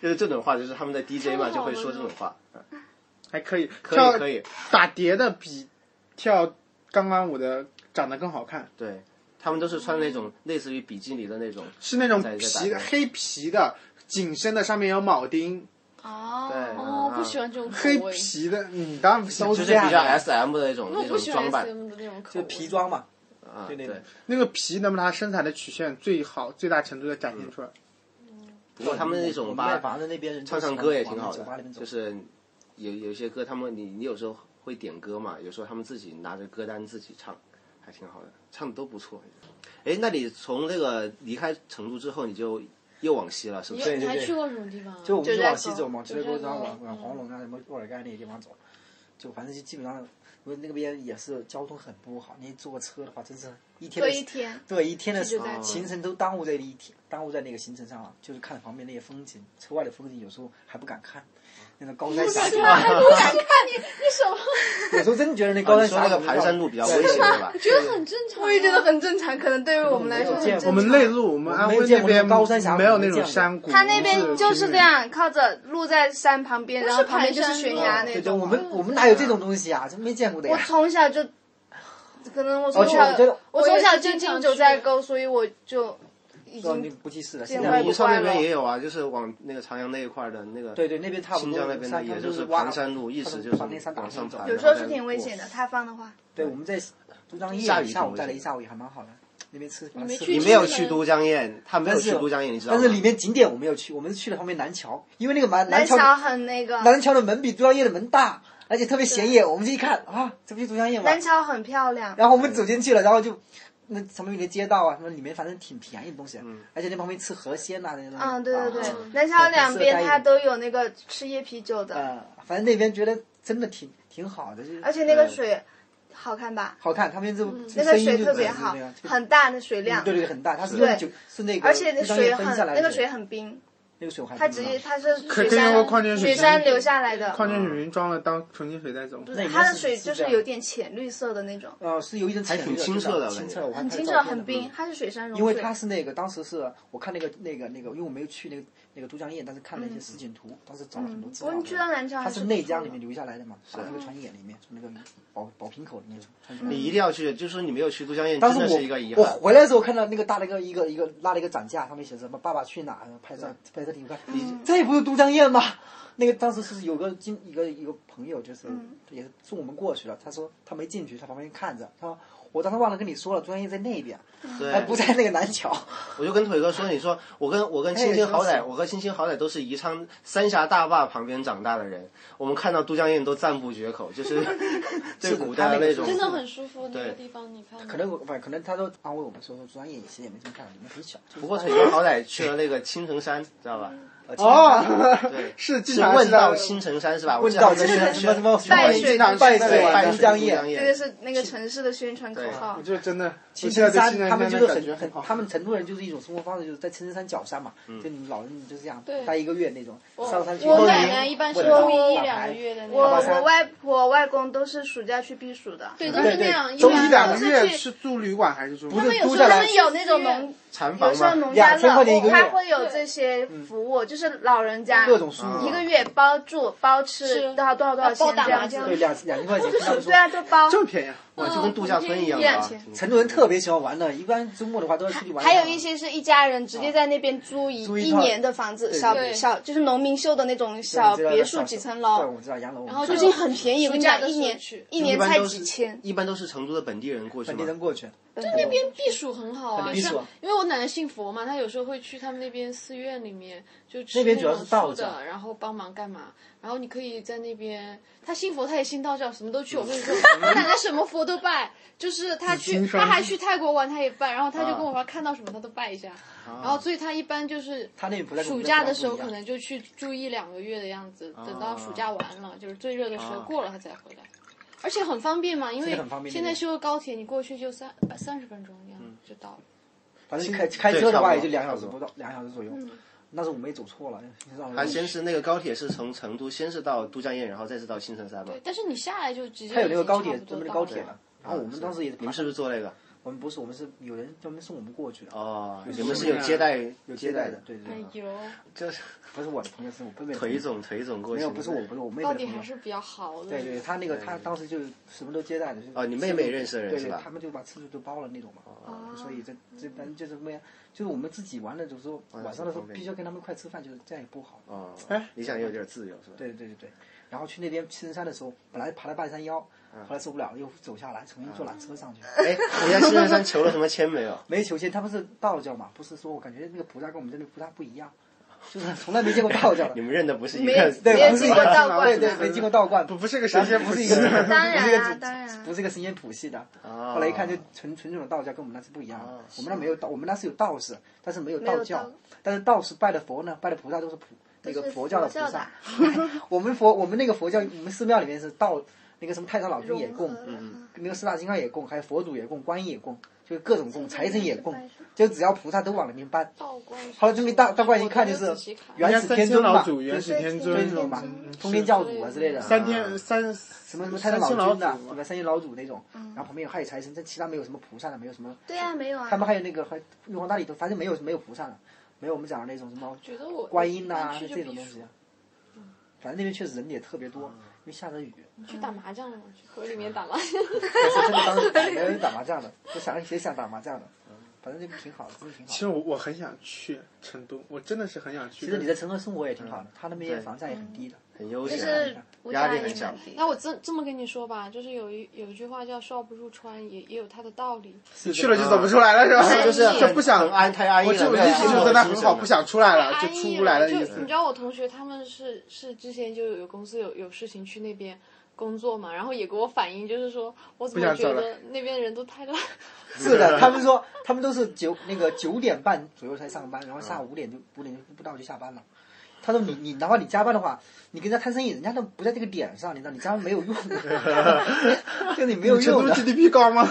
Speaker 4: 就是这种话，就是他们的 DJ 嘛
Speaker 6: 太好了
Speaker 4: 就会说这种话，
Speaker 1: 还可 以，
Speaker 4: 可
Speaker 1: 跳
Speaker 4: 以可以，
Speaker 1: 打碟的比跳钢管舞的长得更好看，
Speaker 4: 对他们都是穿那
Speaker 6: 嗯
Speaker 4: 种类似于比基尼的那种，
Speaker 1: 是那种
Speaker 4: 在在打
Speaker 1: 皮
Speaker 4: 碟
Speaker 1: 的黑皮的紧身的，上面有铆钉，
Speaker 4: 对，
Speaker 3: 哦，
Speaker 6: 哦，不喜
Speaker 4: 欢，
Speaker 6: 欢这种口
Speaker 1: 黑
Speaker 6: 味。
Speaker 1: 皮的，你当然不喜欢
Speaker 2: 都
Speaker 4: 就是是
Speaker 2: 这样
Speaker 4: 比较
Speaker 2: 的
Speaker 4: SM 的那种
Speaker 6: 那
Speaker 4: 那
Speaker 6: 我不
Speaker 4: 种
Speaker 6: 喜欢
Speaker 4: 装扮
Speaker 6: SM 的那种口
Speaker 2: 就
Speaker 6: 味。
Speaker 2: 皮装嘛，
Speaker 4: 啊，
Speaker 2: 对那种
Speaker 4: 对。
Speaker 1: 那个皮能把它身材的曲线最好、最大程度的展现出来。
Speaker 2: 嗯
Speaker 4: 不过他们那种
Speaker 2: 我卖
Speaker 4: 吧，
Speaker 2: 房的那边人
Speaker 4: 唱唱歌也挺好
Speaker 2: 往那酒吧里
Speaker 4: 的，
Speaker 2: 面走
Speaker 4: 就是有有些歌，他们你你有时候会点歌嘛，有时候他们自己拿着歌单自己唱，还挺好的，唱的都不错。哎，那你从那个离开成都之后，你就又往西了，是不
Speaker 6: 你
Speaker 4: 是？
Speaker 2: 对
Speaker 6: 你
Speaker 2: 对
Speaker 6: 还
Speaker 2: 对
Speaker 6: 去过什么地方啊？
Speaker 2: 就我们就往西走嘛，
Speaker 6: 九
Speaker 2: 直
Speaker 6: 寨
Speaker 2: 接
Speaker 6: 沟
Speaker 2: 沟然后
Speaker 6: 嗯
Speaker 2: 往往黄龙啊、什么沃尔盖那些地方走，就反正就基本上，因为那边也是交通很不好，你坐个车的话，真是一天
Speaker 3: 做
Speaker 2: 的
Speaker 3: 一天，
Speaker 2: 对一天的啊
Speaker 6: 就在
Speaker 2: 行程都耽误在一天，耽误在那个行程上了，就是看旁边那些风景，车外的风景有时候还不敢看，那种高山峡谷，啊有时候真觉得那高山
Speaker 4: 哦你说
Speaker 2: 峡
Speaker 4: 那
Speaker 2: 谷
Speaker 4: 个盘山路比较危险，对吧？
Speaker 6: 觉得很正常啊。
Speaker 3: 我也觉得很正常，可能对于我们来说很正常。
Speaker 1: 我们内陆，我们安徽那边没有那种山谷，
Speaker 3: 他那边就是这。样，靠着路在山旁边，然后旁边就是悬崖那
Speaker 2: 啊对对，
Speaker 3: 种。啊
Speaker 2: 我们我们哪有这种东西啊？真没见过的
Speaker 3: 我
Speaker 2: 呀。
Speaker 3: 从小就，可能我
Speaker 2: 而
Speaker 3: 从
Speaker 2: 且
Speaker 3: 小
Speaker 2: 我觉得，
Speaker 3: 我从小就经九寨沟，所以我就已
Speaker 2: 说你
Speaker 3: 经
Speaker 2: 不记事了，
Speaker 3: 见
Speaker 2: 现
Speaker 4: 我
Speaker 2: 在
Speaker 4: 们
Speaker 3: 外
Speaker 4: 宜昌那边也有啊，就是往那个长阳那一块的那个，
Speaker 2: 对对那边差不多，
Speaker 4: 新疆那边的
Speaker 2: 山
Speaker 4: 也
Speaker 2: 他们
Speaker 4: 就
Speaker 2: 就是挖
Speaker 4: 盘山路，一
Speaker 2: 他
Speaker 4: 直
Speaker 2: 们
Speaker 4: 就是
Speaker 2: 把那山打
Speaker 4: 往上
Speaker 2: 那
Speaker 4: 爬。
Speaker 2: 种
Speaker 3: 有时候是挺危险的。塌方的话，
Speaker 2: 对，我们在都江
Speaker 4: 下
Speaker 2: 堰
Speaker 4: 雨
Speaker 2: 下午
Speaker 4: 挺危
Speaker 2: 在了
Speaker 4: 险
Speaker 2: 一下午也还蛮好的，那边吃
Speaker 6: 没
Speaker 2: 吃
Speaker 6: 去
Speaker 4: 你
Speaker 2: 了
Speaker 4: 没有去都江堰，他没有去都江堰，你知道
Speaker 2: 但
Speaker 4: 吗？
Speaker 2: 是里面景点我没有去，我们是去了旁边南桥，因为那个南
Speaker 3: 南
Speaker 2: 桥
Speaker 3: 桥很那个，
Speaker 2: 南桥的门比都江堰的门大，而且特别显眼。我们这一看啊，这不就都江堰吗？
Speaker 3: 南桥很漂亮。
Speaker 2: 然后我们走进去了，然后就那什么有的街道啊，什么里面反正挺便宜的东西，
Speaker 4: 嗯
Speaker 2: 而且那旁边吃河鲜呐、啊，那
Speaker 3: 嗯，对对对
Speaker 2: 啊，
Speaker 3: 南桥两边它都有那个吃夜啤酒的，
Speaker 2: 呃，反正那边觉得真的挺挺好的，就是
Speaker 3: 而且那个水好看吧？
Speaker 2: 好看，他们就、嗯、
Speaker 3: 那个水特别好，很大的水量，
Speaker 2: 对对对，很大，它是
Speaker 3: 对
Speaker 2: 用酒是那个，
Speaker 3: 而且那水很
Speaker 2: 分下来嗯
Speaker 3: 那个水很冰，
Speaker 2: 那个水我还
Speaker 3: 它
Speaker 2: 不知
Speaker 3: 直
Speaker 2: 道
Speaker 3: 接它是
Speaker 1: 可
Speaker 3: 雪
Speaker 1: 可以用
Speaker 3: 山
Speaker 1: 矿泉水
Speaker 3: 雪山流下来的，嗯
Speaker 1: 矿泉水瓶装了当纯净水带走。
Speaker 2: 那应该
Speaker 3: 它的
Speaker 2: 是
Speaker 3: 水
Speaker 2: 是
Speaker 3: 就
Speaker 2: 这
Speaker 3: 是
Speaker 2: 样
Speaker 3: 有点浅绿色的那种，
Speaker 2: 呃是有一点
Speaker 4: 还
Speaker 2: 浅
Speaker 4: 挺
Speaker 2: 绿
Speaker 4: 清
Speaker 2: 是吧
Speaker 4: 澈的我
Speaker 2: 清
Speaker 4: 感觉
Speaker 2: 澈，我还
Speaker 3: 很
Speaker 2: 拍
Speaker 3: 清澈，
Speaker 2: 照片
Speaker 3: 很
Speaker 2: 呢嗯
Speaker 3: 冰，它是雪山融水。
Speaker 2: 因为它是那个当时是我看那个那个那个，因为我没有去那个那个都江堰，但是看了
Speaker 3: 嗯
Speaker 2: 一些实景图，当时找了很多资
Speaker 3: 不过嗯
Speaker 2: 料。
Speaker 3: 你去到南桥
Speaker 2: 它
Speaker 3: 还
Speaker 2: 是
Speaker 3: 不
Speaker 2: 内
Speaker 3: 错
Speaker 2: 江
Speaker 3: 的
Speaker 2: 里面流下来的嘛，从
Speaker 3: 啊
Speaker 2: 那个船眼里面，从那个宝宝瓶口里面穿出来。
Speaker 4: 你一定要去，就是说你没有去都江堰，
Speaker 2: 当
Speaker 4: 真
Speaker 2: 时
Speaker 4: 的
Speaker 2: 我
Speaker 4: 是一个遗
Speaker 2: 我
Speaker 4: 憾。
Speaker 2: 回来的时候看到那个大的一个一个一个拉了一个展架，上面写着什么“爸爸去哪儿”拍
Speaker 4: 啊
Speaker 2: 照拍这里，我看
Speaker 3: 嗯
Speaker 2: 这不是都江堰吗？那个当时是有个经一个一个朋友，就是
Speaker 3: 嗯
Speaker 2: 也是送我们过去了。他说他没进去，他旁边看着。他说我当时忘了跟你说了，都江堰在那边，还
Speaker 4: 对，
Speaker 2: 哎不在那个南桥。
Speaker 4: 我就跟腿哥说，你说我跟我跟青青好
Speaker 2: 哎
Speaker 4: 歹，
Speaker 2: 真是
Speaker 4: 我和青青好歹都是宜昌三峡大坝旁边长大的人，我们看到都江堰都赞不绝口，就是 对
Speaker 2: 是的
Speaker 4: 古
Speaker 2: 他那
Speaker 4: 代
Speaker 2: 个
Speaker 4: 那种
Speaker 2: 是
Speaker 6: 真的很舒服，那个地方你看，
Speaker 2: 可能我反正可能他都安慰我们说说哎专业其实也没什么看，你们很小。
Speaker 4: 不过腿哥好歹去了那个青城山，知道吧？
Speaker 2: 嗯
Speaker 1: 哦，
Speaker 4: 对，
Speaker 1: 是经
Speaker 4: 是
Speaker 1: 常
Speaker 4: 问到
Speaker 1: 新
Speaker 4: 青城山是吧？
Speaker 2: 问到
Speaker 4: 青
Speaker 2: 青
Speaker 4: 城
Speaker 2: 城
Speaker 4: 山
Speaker 2: 什么什么
Speaker 3: 拜水
Speaker 1: 拜
Speaker 2: 拜
Speaker 1: 水
Speaker 2: 水
Speaker 1: 拜
Speaker 4: 拜
Speaker 1: 水
Speaker 2: 都
Speaker 4: 都
Speaker 2: 江堰。
Speaker 3: 这个是那个城市的宣传口
Speaker 4: 对
Speaker 3: 号
Speaker 1: 我。就真的，我
Speaker 2: 青
Speaker 1: 现在对
Speaker 2: 城山
Speaker 1: 青城，
Speaker 2: 他们
Speaker 1: 山
Speaker 2: 就
Speaker 1: 的
Speaker 2: 是
Speaker 1: 感觉
Speaker 2: 很
Speaker 1: 很
Speaker 2: 很
Speaker 1: 好，。
Speaker 2: 他们成都人就是一种生活方式，就是在青城山脚下嘛，就你老人就是这样待一个月那种，上山去露
Speaker 6: 我
Speaker 2: 营。
Speaker 6: 奶奶一般是
Speaker 2: 问到
Speaker 6: 住一
Speaker 2: 打
Speaker 6: 两
Speaker 2: 牌
Speaker 6: 个月的那
Speaker 3: 我
Speaker 2: 爸
Speaker 6: 种，
Speaker 2: 爸
Speaker 3: 我外婆外公都是暑假去避暑的，
Speaker 6: 对，都
Speaker 2: 对
Speaker 6: 是那
Speaker 2: 对
Speaker 6: 样，
Speaker 1: 周
Speaker 6: 般
Speaker 1: 一两个
Speaker 6: 都
Speaker 1: 月是住旅馆还是住？
Speaker 2: 不是
Speaker 6: 有
Speaker 2: 租
Speaker 6: 时
Speaker 2: 下
Speaker 6: 候
Speaker 2: 来
Speaker 3: 他们有那种农，
Speaker 4: 禅
Speaker 3: 有
Speaker 4: 房
Speaker 3: 时候
Speaker 4: 嘛，
Speaker 3: 农家
Speaker 2: 两千块钱一
Speaker 3: 乐
Speaker 2: 个，月
Speaker 3: 它会有这些服务，就是老人家
Speaker 2: 各种书目，
Speaker 3: 一个月包住包
Speaker 6: 是
Speaker 3: 吃，多少多少多少
Speaker 6: 包
Speaker 3: 钱
Speaker 6: 打
Speaker 3: 这
Speaker 6: 麻
Speaker 3: 样
Speaker 6: 将
Speaker 2: 对
Speaker 3: 子。
Speaker 2: 两两千块钱。他们说
Speaker 3: 对啊，就包。
Speaker 1: 这么便宜啊？
Speaker 2: 嗯
Speaker 4: 哇，就跟度假村一样的啊
Speaker 3: 嗯嗯。
Speaker 4: 嗯
Speaker 2: 成都人特别喜欢玩的，一般周末的话都要出去玩。
Speaker 3: 还有一些是一家人直接在那边租一
Speaker 2: 哎啊租一
Speaker 3: 一
Speaker 2: 套
Speaker 3: 年的房子，
Speaker 2: 对
Speaker 3: 小
Speaker 6: 对
Speaker 3: 小就是农民秀的那种
Speaker 2: 对我
Speaker 3: 小
Speaker 2: 知道
Speaker 3: 别
Speaker 2: 的
Speaker 3: 墅
Speaker 2: 小
Speaker 3: 几层
Speaker 2: 对，
Speaker 3: 楼，
Speaker 2: 我知道洋楼。
Speaker 6: 然后
Speaker 3: 最
Speaker 2: 就
Speaker 6: 就
Speaker 3: 近
Speaker 6: 是
Speaker 3: 很便宜，我跟你
Speaker 6: 暑假
Speaker 3: 讲，
Speaker 6: 的
Speaker 3: 一
Speaker 6: 时候
Speaker 3: 年
Speaker 6: 去
Speaker 3: 一
Speaker 4: 一
Speaker 3: 年
Speaker 4: 般
Speaker 3: 才
Speaker 4: 都
Speaker 3: 几
Speaker 4: 是
Speaker 3: 千，
Speaker 4: 一般都是成都的本地人过去
Speaker 2: 本地
Speaker 4: 嘛。
Speaker 2: 人过去，
Speaker 6: 那边避暑很好啊，
Speaker 2: 很避暑
Speaker 6: 像因为我奶奶信佛嘛，她有时候会去他们那边寺院里面就吃
Speaker 2: 那边主要是
Speaker 6: 种
Speaker 2: 道
Speaker 6: 素
Speaker 2: 教
Speaker 6: 的，然后帮忙干嘛。然后你可以在那边，她信佛，她也信道教，什么都去。我跟你说，
Speaker 2: 嗯
Speaker 6: 我奶奶什么佛都拜，就是她去，她还去泰国玩，她也拜。然后她就跟
Speaker 2: 啊
Speaker 6: 我说，看到什么她都拜一下。然后所以她一般就是
Speaker 2: 他那边不在跟我
Speaker 6: 暑
Speaker 2: 们
Speaker 6: 假
Speaker 2: 这
Speaker 6: 的
Speaker 2: 边不
Speaker 6: 时候
Speaker 2: 一样
Speaker 6: 可能就去住一两个月的样子，
Speaker 2: 啊
Speaker 6: 等到暑假完了，就是最热的时候
Speaker 4: 啊
Speaker 6: 过了，她才回来。而且很方便嘛，因
Speaker 2: 真
Speaker 6: 为
Speaker 2: 的很方便嗯
Speaker 6: 现在
Speaker 2: 那边
Speaker 6: 修高铁，你过去就三三十分钟一样就到了。
Speaker 2: 反正开开
Speaker 4: 对
Speaker 2: 车的
Speaker 4: 差不
Speaker 2: 话
Speaker 4: 多
Speaker 2: 也就两小时
Speaker 4: 差不
Speaker 2: 不到，两小时左右。
Speaker 6: 嗯
Speaker 2: 那是我没走错了，让
Speaker 4: 他
Speaker 2: 我
Speaker 4: 啊先是那个高铁是从成都，先是到都江堰，然后再是到青城山嘛。
Speaker 6: 但是你下来就直接
Speaker 2: 他有那个高
Speaker 6: 已
Speaker 2: 铁
Speaker 6: 经差不多
Speaker 2: 专门的
Speaker 6: 到
Speaker 2: 高铁
Speaker 6: 了
Speaker 2: 了。然后我们当时也，
Speaker 4: 你们啊是不是坐那个？
Speaker 2: 我们不是，我们是有人专门送我们过去的，啊
Speaker 4: 哦，你们是有接待有
Speaker 2: 接待的，
Speaker 4: 的，
Speaker 2: 对对，对
Speaker 6: 哎呦，
Speaker 4: 就是
Speaker 2: 不是我的朋友，是我妹妹的朋
Speaker 4: 腿
Speaker 2: 友，
Speaker 4: 总腿总过
Speaker 2: 没
Speaker 4: 去的。
Speaker 2: 有，不是我，不是我妹
Speaker 6: 高
Speaker 2: 妹的
Speaker 6: 铁
Speaker 2: 朋
Speaker 6: 还
Speaker 2: 友，
Speaker 6: 是比较好的。
Speaker 2: 对对，他那个他
Speaker 4: 对
Speaker 2: 当时就什么都接待的，就是
Speaker 4: 哦你妹妹认识的人
Speaker 2: 对
Speaker 4: 是
Speaker 2: 对
Speaker 4: 吧哦
Speaker 2: 他们就把吃的都包了那种嘛，所以这这反正就是么样，就是我们自己玩的时候，晚上的时候
Speaker 4: 啊挺方便
Speaker 2: 必须要跟他们一块吃饭，就是这样也不好，
Speaker 4: 哦，
Speaker 1: 哎
Speaker 4: 你想有点自由是吧？
Speaker 2: 对对对对对，然后去那边青城山的时候，本来爬了半山腰，后来受不了又走下来，重新坐缆车上去。
Speaker 4: 哎，你在青城山求了什么签没有？
Speaker 2: 没求签，他们是道教嘛，不是说我感觉那个菩萨跟我们这边菩萨不一样，就是从 来没见过道教
Speaker 4: 你
Speaker 2: 的，
Speaker 4: 们认的不是一
Speaker 3: 没
Speaker 4: 个
Speaker 3: 有
Speaker 4: 字，
Speaker 2: 对，
Speaker 3: 没有
Speaker 2: 不是
Speaker 3: 进过道
Speaker 2: 对
Speaker 3: 观，
Speaker 2: 对，没进过道 观，
Speaker 1: 不不是个神仙
Speaker 2: 不是
Speaker 1: 谱
Speaker 2: 一
Speaker 1: 系
Speaker 2: 个，
Speaker 3: 当然
Speaker 2: 不是一个
Speaker 3: 啊
Speaker 2: 主
Speaker 3: 当然啊
Speaker 2: 不是一个神仙谱系的。
Speaker 4: 哦
Speaker 2: 后来一看，就纯纯种道教，跟我们那是不一样的。我们那没有道，我们那是有道士，但是没有道
Speaker 3: 没有
Speaker 2: 教
Speaker 3: 道。
Speaker 2: 但是道士拜的佛呢，拜的菩萨都是普那个
Speaker 3: 是
Speaker 2: 佛教的
Speaker 3: 佛教
Speaker 2: 菩
Speaker 3: 的。
Speaker 2: 萨
Speaker 3: 啊
Speaker 2: 我们佛，我们那个佛教，我们寺庙里面是道那个什么太上老君也
Speaker 3: 融合
Speaker 1: 嗯
Speaker 2: 供，
Speaker 3: 了。
Speaker 2: 那个四大金刚也供，还有佛祖也供，观音也供，就是各种供，财神也供
Speaker 3: 拜，上
Speaker 2: 就只要菩萨都往里面搬。
Speaker 6: 道观。
Speaker 2: 后来这么一大大观一看就是原始天尊
Speaker 1: 老
Speaker 2: 吧，
Speaker 1: 祖、原始天
Speaker 2: 就是
Speaker 1: 尊
Speaker 2: 那
Speaker 1: 什
Speaker 2: 种
Speaker 1: 么
Speaker 2: 吧
Speaker 1: 嗯，
Speaker 2: 通天教主啊之类的，
Speaker 1: 三天三
Speaker 2: 什
Speaker 1: 什
Speaker 2: 么什么太
Speaker 1: 三
Speaker 2: 上
Speaker 1: 星
Speaker 2: 老君
Speaker 1: 祖
Speaker 2: 啊
Speaker 1: 啊
Speaker 2: 的，
Speaker 1: 嘛
Speaker 2: 对吧？三星老祖那种，然后旁边有还有财神，但其他没有什么菩萨的，没有什么，
Speaker 3: 对啊，没有啊。
Speaker 2: 他们还有那个还玉皇大帝都，反正没有没有菩萨了，没有我们讲的那种什么
Speaker 6: 觉得我
Speaker 2: 观音呐、
Speaker 6: 去就
Speaker 2: 这种
Speaker 6: 避
Speaker 2: 东西啊
Speaker 6: 暑。
Speaker 2: 反正那边确实人也特别
Speaker 1: 嗯
Speaker 2: 多，因为下着雨，
Speaker 6: 去打麻将了吗？去河里面打麻将。
Speaker 2: 但是真的当时打没有人打麻将的，就想谁想打麻将的，嗯反正这个挺好的，真的挺好
Speaker 1: 其
Speaker 2: 的。
Speaker 1: 实我我很想去成都，我真的是很想去。
Speaker 2: 其实你在成都生活也挺好的，
Speaker 1: 嗯
Speaker 2: 他那边
Speaker 4: 对
Speaker 2: 房价也很低的。
Speaker 4: 很悠
Speaker 3: 就
Speaker 4: 闲，啊
Speaker 3: 是物
Speaker 4: 压
Speaker 3: 价
Speaker 4: 力
Speaker 3: 也
Speaker 4: 很小
Speaker 3: 蛮低的
Speaker 6: 那我这这么跟你说吧，就是有一有一句话叫“少不入川”，也也有它的道理。
Speaker 1: 你去了就走不出来了，是
Speaker 2: 啊
Speaker 1: 吧？
Speaker 4: 就是
Speaker 1: 就不想
Speaker 4: 很安太安逸
Speaker 1: 我
Speaker 4: 了，
Speaker 1: 这我
Speaker 4: 没有
Speaker 1: 这体
Speaker 4: 生
Speaker 1: 就
Speaker 4: 活
Speaker 1: 真的
Speaker 4: 精
Speaker 1: 很
Speaker 4: 神
Speaker 1: 好，
Speaker 4: 了
Speaker 1: 不想出来
Speaker 3: 哎
Speaker 1: 了，
Speaker 6: 安
Speaker 1: 就
Speaker 6: 逸
Speaker 1: 出不来
Speaker 6: 了
Speaker 1: 的
Speaker 6: 就
Speaker 1: 意
Speaker 6: 你
Speaker 1: 思
Speaker 6: 知。道我同学他们是是之前就有公司有有事情去那边工作嘛，然后也给我反映，就是说我
Speaker 1: 不
Speaker 6: 怎么
Speaker 1: 想
Speaker 6: 觉
Speaker 1: 走
Speaker 6: 得那边人都太烂。
Speaker 2: 是的，他们说他们都是九那个九点半左右才上班，然后
Speaker 1: 嗯
Speaker 2: 下午五点就五点就不到就下班了。他说你你哪怕你加班的话，你跟人家谈生意，人家都不在这个点上，你知道你加班没有用 的， 就你没有
Speaker 1: 成
Speaker 2: 用
Speaker 1: 都
Speaker 2: 的。
Speaker 1: GDP 高吗？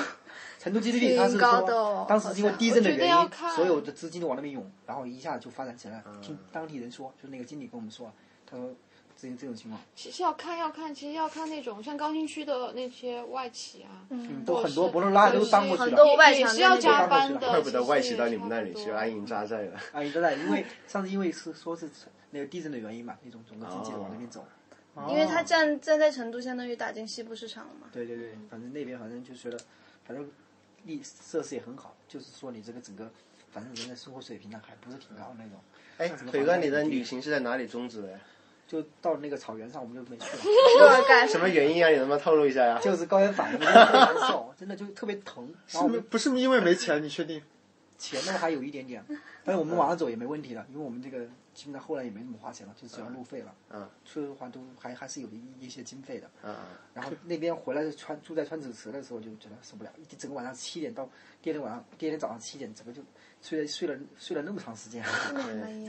Speaker 2: 成都 GDP 它是
Speaker 3: 挺高的哦
Speaker 2: 说，当时因为地震的原
Speaker 6: 好像我觉得要
Speaker 2: 因，
Speaker 6: 看
Speaker 2: 所有的资金都往那边涌，然后一下就发展起来。听当地人说，就是那个经理跟我们说，他说之前这种情况，
Speaker 6: 其实要看要看，其实要看那种像高新区的那些外企啊，
Speaker 2: 嗯，
Speaker 6: 或
Speaker 2: 都
Speaker 6: 者
Speaker 2: 很多
Speaker 6: 是
Speaker 2: 博罗拉
Speaker 6: 或者
Speaker 2: 都
Speaker 6: 是
Speaker 2: 搬过去
Speaker 3: 很
Speaker 2: 了
Speaker 3: 多。外
Speaker 6: 也
Speaker 3: 墙
Speaker 6: 是要
Speaker 3: 那边
Speaker 6: 加
Speaker 2: 搬过
Speaker 6: 班
Speaker 2: 去了
Speaker 6: 的，
Speaker 4: 怪不得
Speaker 6: 其实
Speaker 4: 外
Speaker 6: 也
Speaker 4: 企到你
Speaker 6: 差
Speaker 4: 们
Speaker 6: 不
Speaker 4: 那里去
Speaker 6: 多
Speaker 4: 安营扎寨了。
Speaker 2: 啊，你知道，因为上次因为是说是那个地震的原因嘛，那种整个经济
Speaker 4: 哦
Speaker 2: 往那边走。哦
Speaker 3: 因为他站站在成都，相当于打进西部市场了嘛。
Speaker 2: 对对对，反正那边反正就觉得，反正地设施也很好，就是说你这个整个，反正人的生活水平呢啊还不是挺高的那种。
Speaker 4: 哎
Speaker 2: 像什么，
Speaker 4: 腿哥，
Speaker 2: 房价
Speaker 4: 你的
Speaker 2: 很低
Speaker 4: 旅行是在哪里终止的？
Speaker 2: 就到那个草原上，我们就没去了，
Speaker 3: 热干
Speaker 4: 什么原因啊？你能不能透露一下呀？
Speaker 2: 就是高原反应，特别难受，真的就特别疼。然后我
Speaker 1: 是
Speaker 2: 们
Speaker 1: 不是因为没钱？你确定？
Speaker 2: 前面还有一点 点，但是我们晚上走也没问题的，因为我们这个基本上后来也没怎么花钱了，就只要路费了。
Speaker 4: 嗯，
Speaker 2: 去的话都还还是有一一些经费的。
Speaker 4: 啊，
Speaker 2: 然后那边回来就川住在川子池的时候就觉得受不了，一整个晚上七点到第二天晚上第二天早上七点，整个就睡了睡了睡了那么长时间，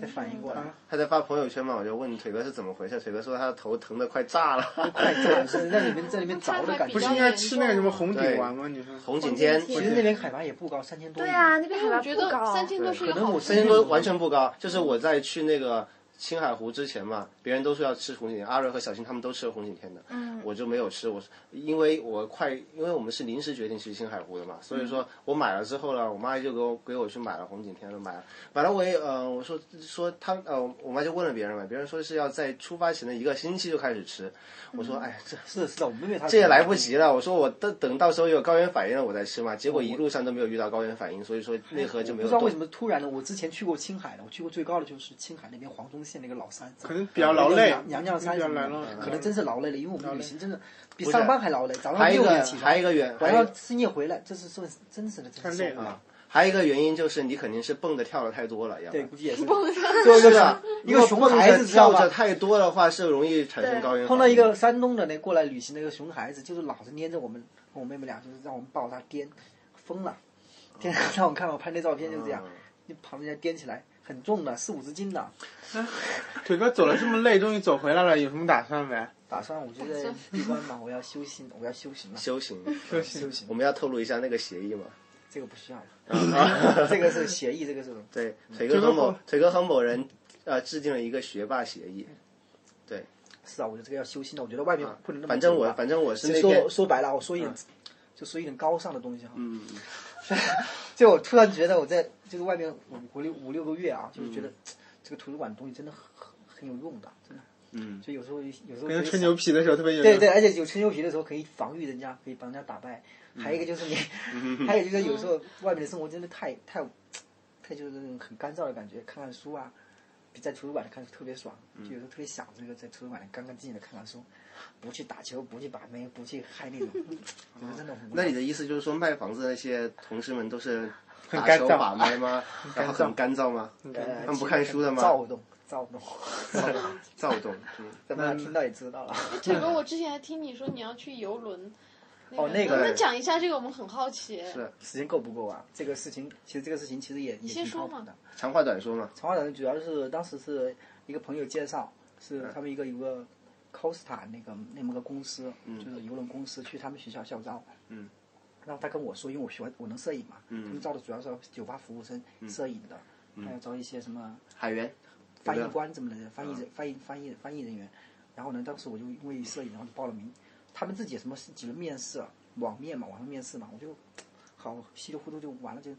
Speaker 2: 才反应过来，
Speaker 4: 他在发朋友圈嘛，我就问腿哥是怎么回事。腿哥说他的头疼的快炸了，
Speaker 2: 快炸是在里面在里 面着的感觉。
Speaker 1: 不是应该吃那个什么红顶丸吗？你说
Speaker 4: 红景天，
Speaker 2: 其实那边海拔也不高，三千多。
Speaker 3: 对啊，，那边海
Speaker 6: 哎我
Speaker 3: 拔
Speaker 6: 觉
Speaker 3: 不
Speaker 6: 得
Speaker 3: 高。
Speaker 6: 三千多是一
Speaker 2: 可
Speaker 6: 个
Speaker 2: 能
Speaker 6: 好
Speaker 2: 我
Speaker 6: 处
Speaker 4: 三千多完全不高。就是我在去那个青海湖之前嘛，别人都说要吃红景天，阿瑞和小新他们都吃了红景天的，
Speaker 3: 嗯
Speaker 4: 我就没有吃。我因为我快，因为我们是临时决定去青海湖的嘛，所以说我买了之后呢，我妈就给我给我去买了红景天了，买了买了我也呃，我说说他呃，我妈就问了别人嘛，别人说是要在出发前的一个星期就开始吃，我说哎这。
Speaker 2: 是的是的，我们妹妹她
Speaker 4: 这也来不及了，我说我等等到时候有高原反应了我再吃嘛，结果一路上都没有遇到高原反应，所以说内核就
Speaker 2: 不
Speaker 4: 没有
Speaker 2: 知道
Speaker 4: 动
Speaker 2: 为什。么突然的，我之前去过青海的，我去过最高的就是青海那边黄忠县那个老山，
Speaker 1: 可能比较
Speaker 2: 嗯
Speaker 1: 劳累，
Speaker 2: 娘娘山
Speaker 1: 比
Speaker 2: 什
Speaker 1: 较
Speaker 2: 么
Speaker 1: 劳
Speaker 2: 的，
Speaker 1: 累，
Speaker 2: 可能真是劳累了，因为我们旅行真的比
Speaker 4: 是
Speaker 2: 上班还劳累，早上
Speaker 4: 哦还有一
Speaker 2: 六
Speaker 4: 个
Speaker 2: 点起床，
Speaker 4: 还有一个原还
Speaker 2: 晚
Speaker 4: 有
Speaker 2: 上深夜回来，这是算真实的，啊真
Speaker 1: 太
Speaker 2: 是
Speaker 1: 累
Speaker 2: 受不
Speaker 1: 了
Speaker 2: 了。
Speaker 4: 还有一个原因就是你肯定是蹦的跳的太多了，要不
Speaker 2: 对，
Speaker 4: 然
Speaker 2: 估计也是。
Speaker 4: 是的，
Speaker 2: 一个
Speaker 4: 啊如
Speaker 2: 熊
Speaker 4: 果蹦
Speaker 2: 孩
Speaker 4: 着
Speaker 2: 子知道
Speaker 4: 跳着
Speaker 2: 吧？
Speaker 4: 太多的话是容易产生
Speaker 3: 对
Speaker 4: 高原反应。
Speaker 2: 碰到一个山东的那过来旅行的一个熊孩子，就是老是粘着我们，跟我妹妹俩就是让我们抱他颠，疯了，颠 让我看我拍那照片就这样，
Speaker 4: 嗯
Speaker 2: 你把人家颠起来，很重的，四五十斤的。
Speaker 1: 腿哥走了这么累，终于走回来了，有什么打算没？
Speaker 2: 打算我觉得闭关吧，我要修行，我要修行了，
Speaker 4: 修行，
Speaker 1: 休息
Speaker 2: 修行
Speaker 4: 我们要透露一下那个协 议嘛。
Speaker 2: 这个不需要了，
Speaker 4: 啊
Speaker 2: 这个是协议，这个是
Speaker 4: 对，
Speaker 2: 嗯
Speaker 4: 腿哥和某腿哥和某人呃制定了一个学霸协议，
Speaker 2: 是啊，我觉得这个要修心的，我觉得外面不能那么
Speaker 4: 反正我
Speaker 2: 久吧
Speaker 4: 反正我是
Speaker 2: 其
Speaker 4: 那
Speaker 2: 实
Speaker 4: 天
Speaker 2: 说说白了，我说一点，就说一点高尚的东西哈。嗯， 就我突然觉得我在就是外面五五六五六个月啊，就是觉得这个图书馆的东西真的很很很有用的，真的。嗯，就有时候有时候可以
Speaker 1: 跟吹牛皮的时候特别有
Speaker 2: 对对，而且有吹牛皮的时候可以防御人家，可以帮人家打败。
Speaker 4: 嗯
Speaker 2: 还有一个就是你， 还有就是有时候外面的生活真的太太太就是那种很干燥的感觉，看看书啊，比在图书馆里看书特别爽，
Speaker 4: 嗯
Speaker 2: 就有时候特别想这个在图书馆里干干净净的看看书，不去打球，不去把妹，不去嗨那种，就是真的很无
Speaker 4: 哦那
Speaker 2: 聊
Speaker 4: 你的意思就是说卖房子的那些同事们都是
Speaker 1: 很
Speaker 4: 打
Speaker 1: 干
Speaker 4: 球
Speaker 1: 燥
Speaker 4: 把麦 吗？然后很干燥吗？
Speaker 2: 呃
Speaker 4: 他们不看书的吗
Speaker 2: 躁动，躁 动，
Speaker 4: 躁动。嗯
Speaker 2: 咱们听到也知道了。
Speaker 6: 这个我之前还听你说你要去游轮，
Speaker 2: 哦，那
Speaker 6: 能不
Speaker 2: 个
Speaker 6: 能讲一下这个？我们很好奇。
Speaker 4: 是
Speaker 2: 时间够不够啊？这个事情其实这个事情其实也也挺
Speaker 6: 先说
Speaker 2: 靠
Speaker 6: 嘛
Speaker 2: 谱的。
Speaker 4: 长话短说嘛。
Speaker 2: 嗯长话短说，主要是当时是一个朋友介绍，是他们一个一个 Costa 那个那么个公司，就是邮轮公司去他们学校校招。嗯。然后他跟我说，因为我喜欢我能摄影嘛，他们招的主要是酒吧服务生、摄影的，还有招一些什么
Speaker 4: 海员，
Speaker 2: 翻译官嗯这么的嗯人，翻译人、翻译翻译翻译人员。然后呢，当时我就因为摄影，然后就报了名。他们自己什么几轮面试，啊网面嘛，网上面试嘛，我就好稀里糊涂就完了，就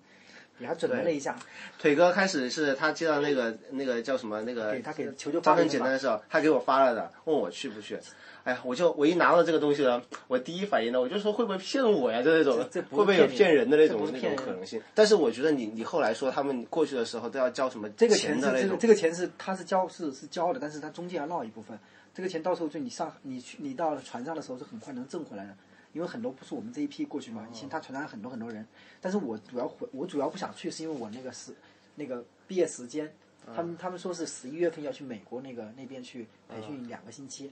Speaker 2: 给他准备了一下，
Speaker 4: 腿哥开始是他接到那个那个叫什么那个
Speaker 2: 给他给求救发
Speaker 4: 招生
Speaker 2: 很
Speaker 4: 简单的时候，他给我发了的，问我去不去。哎呀，我就我一拿到这个东西呢，我第一反应呢，我就说会不会骗我呀？就那种
Speaker 2: 这这
Speaker 4: 会
Speaker 2: 不是
Speaker 4: 不会有骗人的那种
Speaker 2: 骗人这不是
Speaker 4: 那
Speaker 2: 骗人
Speaker 4: 种可能性？但是我觉得你你后来说他们过去的时候都要交什么
Speaker 2: 这个
Speaker 4: 钱
Speaker 2: 是
Speaker 4: 的那
Speaker 2: 这
Speaker 4: 种
Speaker 2: 个，这个钱是他是交是是交的，但是他中间要落一部分。这个钱到时候就你上你去你到船上的时候是很快能挣回来的，因为很多不是我们这一批过去嘛，
Speaker 4: 哦
Speaker 2: 以前他船上很多很多人。但是我主要回我主要不想去，是因为我那个时那个毕业时间，
Speaker 4: 嗯
Speaker 2: 他们他们说是十一月份要去美国那个那边去培
Speaker 4: 嗯
Speaker 2: 训两个星期，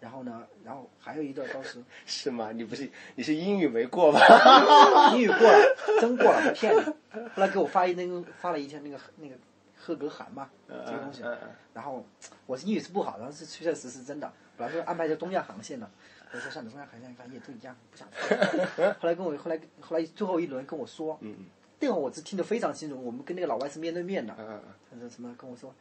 Speaker 2: 然后呢，然后还有一个当时。
Speaker 4: 是吗？你不是你是英语没过吧？
Speaker 2: 英语过了，真过了，不骗你。后来给我发一那个发了一篇那个那个合格函嘛，这个东西啊
Speaker 4: 嗯嗯嗯。
Speaker 2: 然后我是英语是不好，然后是确实是真的。本来说安排的东亚航线的，我说算了，东亚航线反正也都一样，不想去。 后来跟我后来后来最后一轮跟我说，
Speaker 4: 嗯
Speaker 2: 那会儿我是听得非常清楚，我们跟那个老外是面对面的。
Speaker 4: 嗯嗯
Speaker 2: 他说什么跟我说，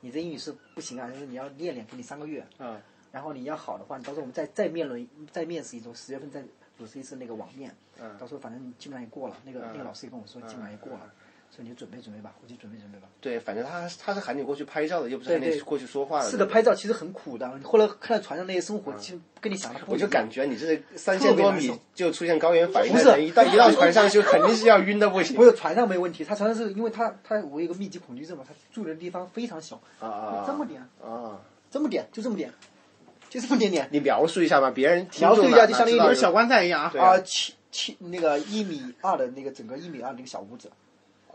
Speaker 2: 你这英语是不行啊，就是你要练练，给你三个月。
Speaker 4: 嗯
Speaker 2: 然后你要好的话，你到时候我们再再面轮再面试一周，十月份再组织一次那个网面。
Speaker 4: 嗯
Speaker 2: 到时候反正基本上也过了，那个、
Speaker 4: 嗯
Speaker 2: 那个老师也跟我说
Speaker 4: 嗯
Speaker 2: 基本上也过了，
Speaker 4: 嗯
Speaker 2: 所以你就准备准备吧，回去准备准备吧。
Speaker 4: 对，反正他他是喊你过去拍照的，又不是喊
Speaker 2: 对
Speaker 4: 你
Speaker 2: 对
Speaker 4: 过去说话的。
Speaker 2: 是的，拍照其实很苦的。你后来看到船上那些生活，其实跟你想的不
Speaker 4: 我
Speaker 2: 一
Speaker 4: 就
Speaker 2: 样
Speaker 4: 感觉你这三千多米就出现高原反应
Speaker 2: 不
Speaker 4: 的
Speaker 2: 是
Speaker 4: 人，一到一到船上去肯定是要晕的不行。
Speaker 2: 不是船上没问题，他船上是因为他他我有一个密集恐惧症嘛，他住的地方非常小，
Speaker 4: 啊啊，
Speaker 2: 这么点
Speaker 4: 啊！
Speaker 2: 这么点就这么点，就这么点点
Speaker 4: 你描述一下吧，别人听
Speaker 2: 描述
Speaker 4: 众
Speaker 2: 一下
Speaker 4: 哪
Speaker 2: 就相当于
Speaker 4: 哪
Speaker 1: 跟
Speaker 4: 知
Speaker 1: 小
Speaker 4: 道
Speaker 1: 棺材一样啊
Speaker 4: 对。
Speaker 2: 啊，七七那个一米二的那个整个一米二的那个小屋子，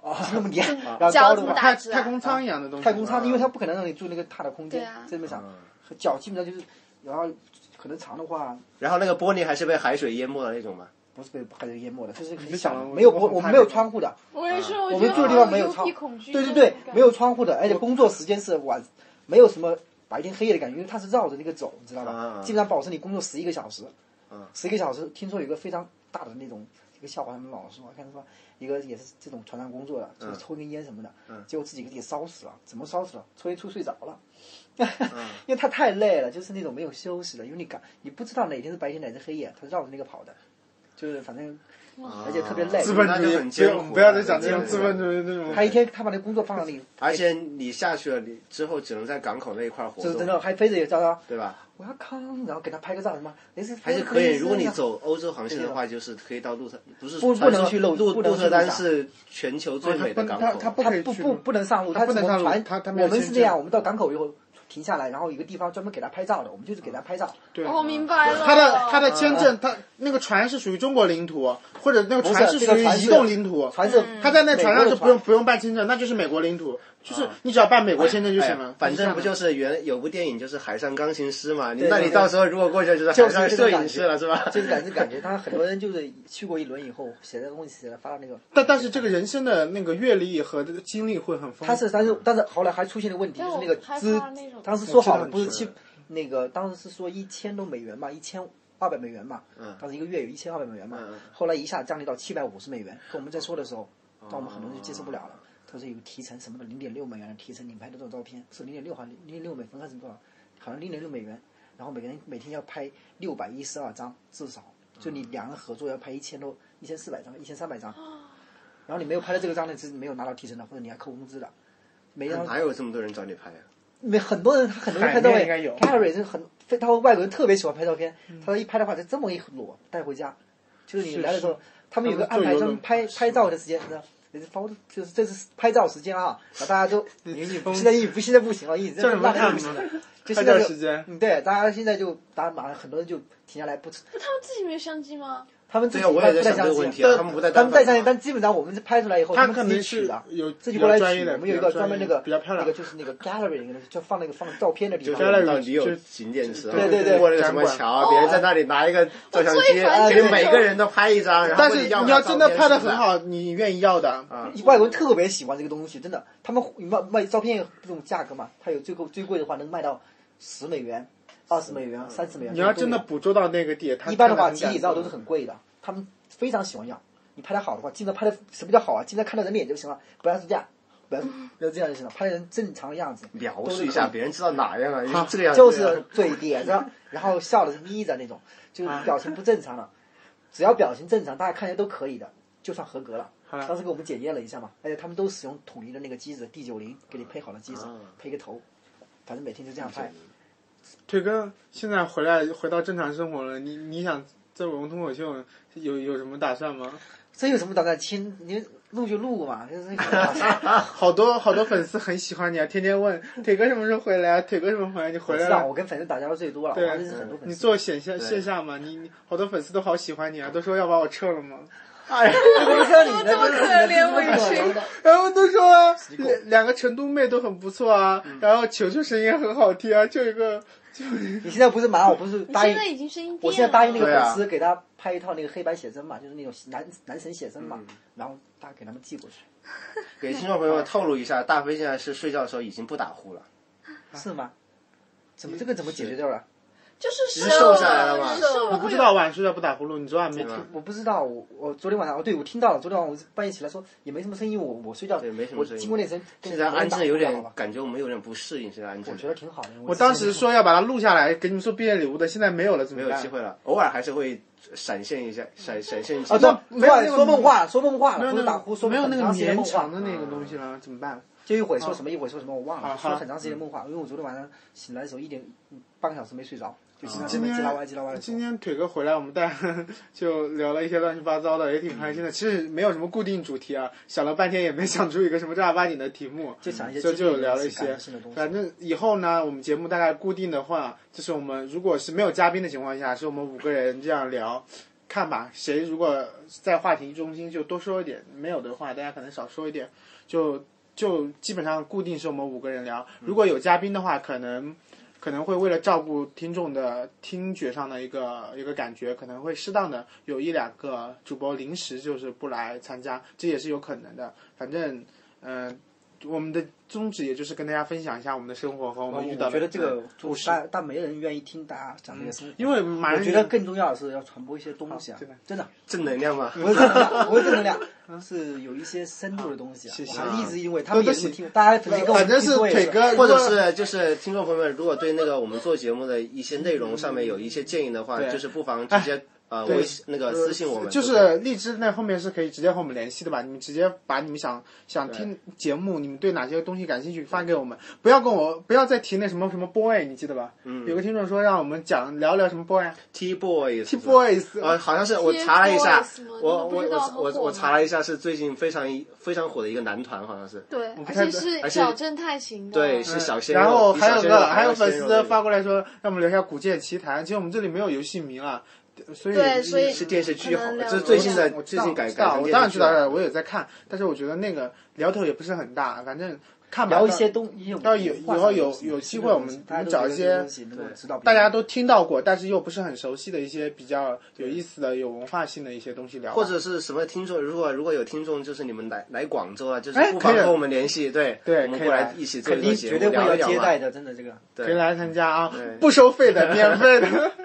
Speaker 2: 啊，那么点，然后高
Speaker 6: 脚
Speaker 2: 的
Speaker 6: 怎
Speaker 2: 话
Speaker 6: 么打
Speaker 1: 太
Speaker 6: 字
Speaker 1: 太
Speaker 6: 啊？
Speaker 1: 空舱一样的东西，
Speaker 2: 太空舱，
Speaker 4: 啊
Speaker 2: 因为它不可能让你住那个大的空
Speaker 3: 对
Speaker 2: 间
Speaker 3: 啊，
Speaker 2: 这么想
Speaker 4: 嗯，
Speaker 2: 脚基本上就是，然后可能长的话
Speaker 4: 然后那个玻璃还是被海水淹没的那种嘛。
Speaker 2: 不是被海水淹没的，就是
Speaker 1: 你
Speaker 2: 很
Speaker 1: 想
Speaker 2: 小的，
Speaker 1: 了
Speaker 2: 没有
Speaker 1: 我
Speaker 2: 我
Speaker 1: 很
Speaker 2: 我
Speaker 1: 怕
Speaker 2: 们没有
Speaker 1: 这个
Speaker 2: 窗户的，
Speaker 5: 我也是，
Speaker 2: 我
Speaker 5: 我觉
Speaker 2: 们
Speaker 5: 得
Speaker 2: 住的地方没有
Speaker 5: 幽
Speaker 2: 窗
Speaker 5: 闭恐惧，
Speaker 2: 对对对，没有窗户的，而且工作时间是晚，没有什么白天黑夜的感觉，因为它是绕着那个走，你知道
Speaker 4: 啊
Speaker 2: 吧？基本上保证你工作十一个小时
Speaker 4: 嗯，
Speaker 2: 十一个小时。听说有一个非常大的那种一个笑话，他们老说，看说一个也是这种船上工作的，
Speaker 4: 嗯
Speaker 2: 就是抽根烟什么的，结果自己给自己烧死了，怎么烧死了？抽烟抽睡着了。
Speaker 4: 嗯
Speaker 2: 因为他太累了，就是那种没有休息的，因为你感你不知道哪天是白天，哪天是黑夜，他绕着那个跑的，就是反正而且特别累。
Speaker 1: 资本
Speaker 4: 啊
Speaker 1: 主
Speaker 4: 那就
Speaker 1: 义
Speaker 4: 很，
Speaker 1: 不
Speaker 4: 艰
Speaker 1: 要
Speaker 4: 苦
Speaker 1: 不要再讲这种
Speaker 4: 很
Speaker 1: 资
Speaker 4: 艰
Speaker 1: 本
Speaker 4: 苦
Speaker 1: 主义那种。
Speaker 2: 他一天他把那工作放到你，
Speaker 4: 而且你下去了，你之后只能在港口那一块活
Speaker 2: 就是真
Speaker 4: 动，
Speaker 2: 的还非得叫他
Speaker 4: 对吧？
Speaker 2: 我要康，然后给他拍个照什么，类似
Speaker 4: 还是可以，如果你走欧洲航线的话，就是可以到鹿特，不是
Speaker 2: 不不能去
Speaker 4: 鹿
Speaker 2: 鹿
Speaker 4: 鹿
Speaker 2: 不能
Speaker 4: 鹿
Speaker 2: 去哦
Speaker 4: 特丹
Speaker 2: 鹿特丹
Speaker 4: 是全球最美的港
Speaker 1: 哦他他
Speaker 4: 口。
Speaker 1: 不
Speaker 2: 他
Speaker 1: 可以
Speaker 2: 不
Speaker 1: 去
Speaker 2: 不不能上路，
Speaker 1: 他不
Speaker 2: 只
Speaker 1: 能上路
Speaker 2: 船
Speaker 1: 他他没有
Speaker 2: 我们
Speaker 1: 签
Speaker 2: 是
Speaker 1: 证
Speaker 2: 这样，我们到港口以后停下来，然后有个地方专门给他拍照的，我们就是给他拍照。
Speaker 1: 对
Speaker 6: 哦，明白了。哎
Speaker 1: 他的他的签证，他那个船是属于中国领土，或者那个船
Speaker 2: 不是这
Speaker 1: 属
Speaker 2: 个
Speaker 1: 于
Speaker 2: 船
Speaker 1: 移
Speaker 2: 是
Speaker 1: 动领土。
Speaker 2: 船是
Speaker 1: 他在那船上就不用
Speaker 2: 美国的船啊
Speaker 1: 不用办签证，那就是美国领土，就是你只要办美国签证就行
Speaker 4: 哎
Speaker 1: 了。
Speaker 4: 反正不就是是原有部电影就是《海上钢琴师》嘛？你
Speaker 2: 对
Speaker 4: 那
Speaker 2: 对
Speaker 4: 你
Speaker 2: 对
Speaker 4: 到时候如果过去就是
Speaker 2: 就
Speaker 4: 海
Speaker 2: 是
Speaker 4: 上
Speaker 2: 这种
Speaker 4: 摄
Speaker 2: 感
Speaker 4: 影
Speaker 2: 觉
Speaker 4: 师了，是吧？
Speaker 2: 就是感觉感觉他很多人就是去过一轮以后写的东西写的发到那个，
Speaker 1: 但但是这个人生的那个阅历和这个经历会很丰富。
Speaker 2: 他是但是但是后来还出现了问题，
Speaker 5: 但
Speaker 2: 就是
Speaker 5: 我
Speaker 2: 那个
Speaker 5: 害
Speaker 2: 资
Speaker 5: 怕那种
Speaker 2: 当时说好
Speaker 1: 我
Speaker 2: 了
Speaker 1: 知道
Speaker 2: 不是
Speaker 1: 你说
Speaker 2: 七那个当时是说一千多美元嘛，一千二百美元嘛，
Speaker 1: 嗯
Speaker 2: 当时一个月有一千二百美元嘛
Speaker 4: 嗯嗯，
Speaker 2: 后来一下降低到七百五十美元，跟我们在说的时候，
Speaker 1: 哦
Speaker 2: 但我们很多人就接受不了了。他说有提成什么的，零点六美元的提成，你拍的这种照片是零点六还是零点六美分还是多少？好像零点六美元，然后每个人每天要拍六百一十二张至少，就你两个合作要拍一千多、一千四百张、一千三百张，然后你没有拍到这个张呢，是没有拿到提成的，或者你还扣工资的。每张
Speaker 4: 哪有这么多人找你拍啊？
Speaker 2: 没很多人，他很多人拍照
Speaker 1: 海面
Speaker 2: 片
Speaker 1: 应该有
Speaker 2: Carrie 是很，非他们外国人特别喜欢拍照片。他说一拍的话，就这么一摞带回家。就是你
Speaker 1: 是
Speaker 2: 来的时候
Speaker 1: 是，
Speaker 2: 他们有个
Speaker 1: 他
Speaker 2: 安
Speaker 1: 们坐
Speaker 2: 排，他
Speaker 1: 游轮
Speaker 2: 们拍拍照的时间，呢，就是包就是这是拍照时间啊，然后大家都
Speaker 1: 你你
Speaker 2: 现在英语不现在不行了，英语
Speaker 1: 叫什么
Speaker 2: 那
Speaker 1: 看
Speaker 2: 不
Speaker 1: 吗
Speaker 2: 行了，？就
Speaker 1: 拍
Speaker 2: 现
Speaker 1: 照
Speaker 2: 在
Speaker 1: 时
Speaker 2: 就
Speaker 1: 间，
Speaker 2: 嗯对，大家现在就大家马上很多人就停下来不吃，
Speaker 6: 他们自己没有相机吗？
Speaker 2: 他们自
Speaker 4: 对
Speaker 2: 己
Speaker 4: 啊，
Speaker 2: 不
Speaker 4: 我也在
Speaker 2: 带
Speaker 4: 想这
Speaker 2: 相
Speaker 4: 个
Speaker 2: 机
Speaker 4: 问题啊。
Speaker 1: 但
Speaker 4: 他们不在
Speaker 2: 他
Speaker 4: 丹
Speaker 2: 们
Speaker 4: 麦
Speaker 2: 带相机，但基本上我们拍出来以后，
Speaker 1: 他
Speaker 2: 们
Speaker 1: 可
Speaker 2: 自己
Speaker 1: 能
Speaker 2: 取
Speaker 1: 是
Speaker 2: 的。
Speaker 1: 有
Speaker 2: 自己
Speaker 1: 比
Speaker 2: 过
Speaker 1: 较
Speaker 2: 来
Speaker 1: 专业
Speaker 2: 取，
Speaker 1: 的，
Speaker 2: 我们有一个
Speaker 1: 比较
Speaker 2: 专门那个
Speaker 1: 专业的比较漂亮
Speaker 2: 那个，就是那个 gallery 那个就放那个放照片的地
Speaker 4: 就
Speaker 2: 方。
Speaker 1: 就
Speaker 4: 到你有
Speaker 1: 就
Speaker 4: 景点时候，
Speaker 2: 对对对
Speaker 4: 啊过那个什么桥啊，别人在那里拿一个照
Speaker 2: 哦
Speaker 4: 相
Speaker 6: 我
Speaker 4: 机
Speaker 6: 最烦，
Speaker 4: 给
Speaker 6: 这种
Speaker 4: 每个人都拍一张。然后
Speaker 1: 但是
Speaker 4: 你
Speaker 1: 你
Speaker 4: 要
Speaker 1: 要真的拍的很
Speaker 4: 啊，
Speaker 1: 好，你愿意要的，
Speaker 2: 外国人特别喜欢这个东西，真的，他们卖卖照片这种价格嘛，他有最贵最贵的话能卖到十美元，二十美元、三十美元。
Speaker 1: 你要真的捕捉到那个点，它
Speaker 2: 一般的话，
Speaker 1: 看得很
Speaker 2: 集
Speaker 1: 感
Speaker 2: 体照都
Speaker 1: 动
Speaker 2: 是很贵的，他们非常喜欢要。你拍的好的话，经常拍的什么叫好啊？经常看到人脸就行了，不要是这样，不要不要这样就行了，拍人正常的样子，
Speaker 4: 描述一下，别人知道哪样啊？因为这个样子啊
Speaker 2: 就是嘴咧着，然后笑的是眯着那种，就是表情不正常了。只要表情正常，大家看起来都可以的，就算合格了。当时给我们检验了一下嘛，而且他们都使用统一的那个机子 D 九零给你配好了
Speaker 4: 啊
Speaker 2: 机子，配一个头，反正每啊天就这样拍。
Speaker 1: 腿哥现在回来回到正常生活了，你你想在文脱口秀有有什么打算吗？
Speaker 2: 这有什么打算亲？你录就录嘛，就是那个
Speaker 1: 好多好多粉丝很喜欢你啊，天天问腿哥什么时候回来啊，腿哥什么时候回来？你
Speaker 2: 我
Speaker 1: 回来
Speaker 2: 知道，
Speaker 1: 了
Speaker 2: 啊我？跟粉丝打交道最多了，我还认识很多
Speaker 1: 啊
Speaker 2: 粉
Speaker 1: 你
Speaker 2: 丝。
Speaker 1: 做线下线下嘛，你你好多粉丝都好喜欢你啊，都说要把我撤了吗？
Speaker 2: 哎呀，不是你的，
Speaker 5: 这么可怜
Speaker 2: 我
Speaker 5: 委屈
Speaker 1: 然后都说啊，两两个成都妹都很不错啊，
Speaker 4: 嗯
Speaker 1: 然后球球声音也很好听啊，就一个
Speaker 2: 你现在不是马上，我不是答应
Speaker 6: 现在已经声音变了。
Speaker 2: 哎我现在答应那个
Speaker 4: 对啊
Speaker 2: 粉丝给他拍一套那个黑白写真嘛，就是那种男男神写真嘛，然后大家给他们寄过去，
Speaker 4: 给听众朋友们透露一下，大飞现在是睡觉的时候已经不打呼了，
Speaker 2: 是吗？怎么这个怎么解决掉了？
Speaker 5: 就是
Speaker 4: 只是瘦下
Speaker 3: 哎
Speaker 4: 来了嘛
Speaker 5: 瘦
Speaker 1: 我不知道晚上睡觉不打呼噜，你昨晚没听
Speaker 4: 对吧
Speaker 2: 我不知道，我我昨天晚上哦，对我听到了，昨天晚上我半夜起来说也没什么声音，我我睡觉
Speaker 4: 对没什么
Speaker 2: 我
Speaker 4: 声音
Speaker 2: 经过那声，
Speaker 4: 现在安静的有
Speaker 2: 跟我
Speaker 4: 点
Speaker 2: 打呼噜了
Speaker 4: 感觉我们有点不适应，现在安静
Speaker 2: 我觉得挺好的。
Speaker 1: 我当时说要把它录下来，给你们做毕业礼物的，现在没有了，怎
Speaker 4: 没
Speaker 1: 么
Speaker 4: 有
Speaker 1: 办？
Speaker 4: 机会了，偶尔还是会闪现一下，闪闪现一下。
Speaker 2: 啊，
Speaker 1: 那
Speaker 2: 对，
Speaker 1: 没有那个
Speaker 2: 说梦话，说梦话
Speaker 1: 没
Speaker 2: 了，
Speaker 1: 有
Speaker 2: 不
Speaker 1: 那
Speaker 2: 是
Speaker 1: 个
Speaker 2: 打呼，说
Speaker 1: 没有那
Speaker 2: 很
Speaker 1: 个
Speaker 2: 长时间
Speaker 1: 绵
Speaker 2: 梦话啊
Speaker 1: 长
Speaker 2: 嗯
Speaker 1: 的那个啊东西了，怎么办？
Speaker 2: 就一会儿说什么，一会儿说什么，我忘了，
Speaker 1: 好
Speaker 2: 说
Speaker 1: 好
Speaker 2: 了很长时间梦
Speaker 1: 嗯
Speaker 2: 话，因为我昨天晚上醒来的时候一点嗯半个小时没睡着，就经
Speaker 1: 啊
Speaker 2: 常
Speaker 1: 今
Speaker 2: 叽
Speaker 1: 天
Speaker 2: 啦歪叽啦歪的说。
Speaker 1: 今天腿哥回来，我们大家 就聊了一些乱七八糟的，也挺开心的。其实没有什么固定主题啊，想了半天也没想出一个什么正儿八经的题目，
Speaker 2: 就想一些
Speaker 1: 就就聊了一
Speaker 2: 激励
Speaker 1: 些
Speaker 2: 人心的东。西
Speaker 1: 反正以后呢，我们节目大概固定的话，就是我们如果是没有嘉宾的情况下，是我们五个人这样聊。看吧，谁如果在话题中心就多说一点，没有的话大家可能少说一点，就就基本上固定是我们五个人聊。如果有嘉宾的话，可能可能会为了照顾听众的听觉上的一个一个感觉，可能会适当的有一两个主播临时就是不来参加，这也是有可能的。反正，嗯、我们的宗旨也就是跟大家分享一下我们的生活和我
Speaker 2: 我
Speaker 1: 们遇到的呃
Speaker 2: 觉得这个呃
Speaker 1: 故事。
Speaker 2: 但但没人愿意听大家讲这个生活，
Speaker 1: 因为马
Speaker 2: 我
Speaker 1: 上
Speaker 2: 觉得更重要的是要传播一些东西啊
Speaker 1: 好对吧，
Speaker 2: 真的
Speaker 4: 正能量嘛，
Speaker 2: 不是正能量，不是正能
Speaker 1: 嗯
Speaker 2: 量，是有一些深度的东西啊。
Speaker 1: 谢谢
Speaker 2: 我还一直因为他
Speaker 1: 都
Speaker 2: 们也
Speaker 1: 都
Speaker 2: 是
Speaker 1: 行
Speaker 2: 听，大家粉丝跟我
Speaker 1: 啊反
Speaker 2: 们
Speaker 1: 正是
Speaker 2: 听
Speaker 1: 腿哥，
Speaker 4: 或者是就是听众朋友们，如果对那个我们做节目的一些内容上面有一些建议的话，
Speaker 1: 对哎
Speaker 4: 就是不妨直接呃
Speaker 1: 对
Speaker 4: 微信那个私信我们，
Speaker 1: 就
Speaker 4: 对不对
Speaker 1: 是荔枝那后面是可以直接和我们联系的吧？你们直接把你们想想听节目，你们对哪些东西感兴趣发给我们，不要跟我不要再提那什么什么 boy，你记得吧？嗯，有个听众说让我们讲聊聊什么哎 boy，T
Speaker 4: T boys T
Speaker 1: boys，
Speaker 4: 呃，好像是我查了一下
Speaker 6: TFBOYS 吗，
Speaker 4: 我我
Speaker 6: 你们不知道
Speaker 4: 我
Speaker 6: 很
Speaker 4: 我
Speaker 6: 火吗
Speaker 4: 我查了一下，是最近非常非常火的一个男团，好像是
Speaker 6: 对，
Speaker 1: 不
Speaker 6: 而
Speaker 1: 太
Speaker 6: 且是
Speaker 4: 而且
Speaker 6: 小正太型的。
Speaker 4: 对，是小鲜肉。
Speaker 1: 嗯然后还有
Speaker 4: 比小鲜肉
Speaker 1: 个还有
Speaker 4: 要鲜
Speaker 1: 粉
Speaker 4: 肉
Speaker 1: 丝发过来说让我们聊一下《古剑奇谭》，其实我们这里没有游戏迷了，所以
Speaker 3: 对所以
Speaker 4: 是电视剧好，
Speaker 3: 可能聊
Speaker 4: 这是最近的
Speaker 1: 我知
Speaker 4: 最
Speaker 1: 道
Speaker 4: 近改
Speaker 1: 知
Speaker 4: 改
Speaker 1: 道
Speaker 4: 成
Speaker 1: 我
Speaker 4: 电
Speaker 1: 当
Speaker 4: 视
Speaker 1: 然
Speaker 4: 剧
Speaker 1: 知道了，
Speaker 4: 了。
Speaker 1: 我也在看，但是我觉得那个聊头也不是很大，反正看吧。
Speaker 2: 聊一
Speaker 1: 到
Speaker 2: 些东，一些
Speaker 1: 要有
Speaker 2: 文化
Speaker 1: 以后
Speaker 2: 上的
Speaker 1: 有
Speaker 2: 东西
Speaker 1: 有
Speaker 2: 是
Speaker 1: 机
Speaker 2: 的
Speaker 1: 会我
Speaker 2: 东西
Speaker 1: 们
Speaker 2: 大家都
Speaker 1: 找
Speaker 2: 觉
Speaker 1: 一
Speaker 2: 得这
Speaker 1: 些
Speaker 2: 个东西能够指导别
Speaker 1: 大
Speaker 2: 人
Speaker 1: 家都听到过，但是又不是很熟悉的一些比较有意思的、有文化性的一些东西聊吧。
Speaker 4: 或者是什么听众，如果如果有听众，就是你们来来广州啊，就是
Speaker 1: 哎
Speaker 4: 不
Speaker 1: 可
Speaker 4: 妨
Speaker 1: 以
Speaker 4: 和我们联系，对，
Speaker 1: 对
Speaker 4: 我们
Speaker 1: 可以啊
Speaker 4: 过
Speaker 1: 来
Speaker 4: 来一起做
Speaker 2: 肯
Speaker 4: 一
Speaker 2: 定
Speaker 4: 个节
Speaker 2: 绝
Speaker 4: 目，
Speaker 2: 对会
Speaker 4: 聊
Speaker 2: 有
Speaker 4: 一聊
Speaker 2: 接
Speaker 4: 嘛
Speaker 2: 待的，真的这个。
Speaker 1: 可以来参加啊
Speaker 4: 对，
Speaker 1: 不收费的，免费 的。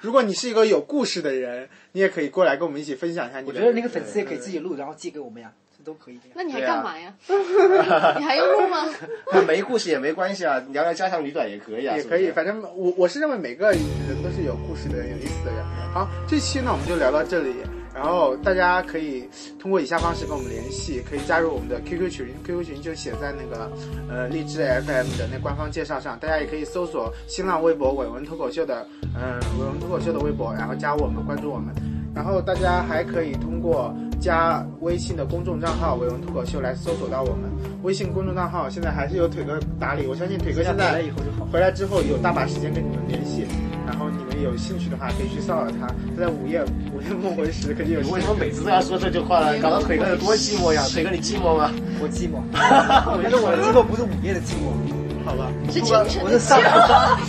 Speaker 1: 如果你是一个有故事的人，你也可以过来跟我们一起分享一下你
Speaker 2: 我
Speaker 1: 的。
Speaker 2: 觉得那个粉丝也可以自己录，然后寄给我们呀，这都可以的呀。
Speaker 6: 那你还
Speaker 4: 对啊
Speaker 6: 干嘛呀？ 你还用录吗？
Speaker 4: 那没故事也没关系啊，聊聊家长里短也可以啊，
Speaker 1: 也
Speaker 4: 是不
Speaker 1: 可以，
Speaker 4: 是
Speaker 1: 反正我我是认为每个人都是有故事的人，有意思的人。好，这期呢我们就聊到这里，然后大家可以通过以下方式跟我们联系，可以加入我们的 QQ 群，QQ 群就写在那个呃荔枝 FM 的那官方介绍上，大家也可以搜索新浪微博“伟文脱口秀”的嗯、伟文脱口秀”的微博，然后加我们，关注我们。然后大家还可以通过加微信的公众账号“伟文脱口秀”来搜索到我们。微信公众账号现在还是有腿哥打理，我相信腿
Speaker 4: 啊
Speaker 1: 哥现
Speaker 2: 回来
Speaker 1: 在
Speaker 2: 以后就好。
Speaker 1: 回来之后有大把时间跟你们联系，然后你们有兴趣的话可以去骚扰他，他在午夜午夜梦回时肯定有
Speaker 4: 你
Speaker 1: 兴
Speaker 4: 为
Speaker 1: 趣
Speaker 4: 什。么每次都要说这句话呢？搞得腿哥有多寂寞呀！腿哥，你寂 寞吗？
Speaker 2: 我寂寞，但是我的寂寞不是午夜的寂寞，
Speaker 1: 好吧，
Speaker 6: 是清晨
Speaker 2: 我
Speaker 6: 的
Speaker 2: 是上半，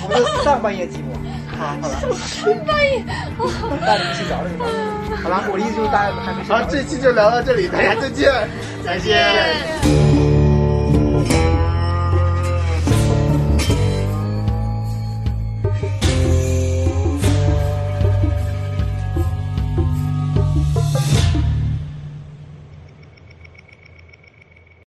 Speaker 2: 我是上半夜寂寞。
Speaker 1: 好，好了，
Speaker 2: 那你们睡着了是吧？
Speaker 1: 好了，
Speaker 2: 我的意思就是大家还没睡
Speaker 1: 好，
Speaker 2: 着。
Speaker 1: 这期就聊到这里，大家再见，再见。
Speaker 6: 见。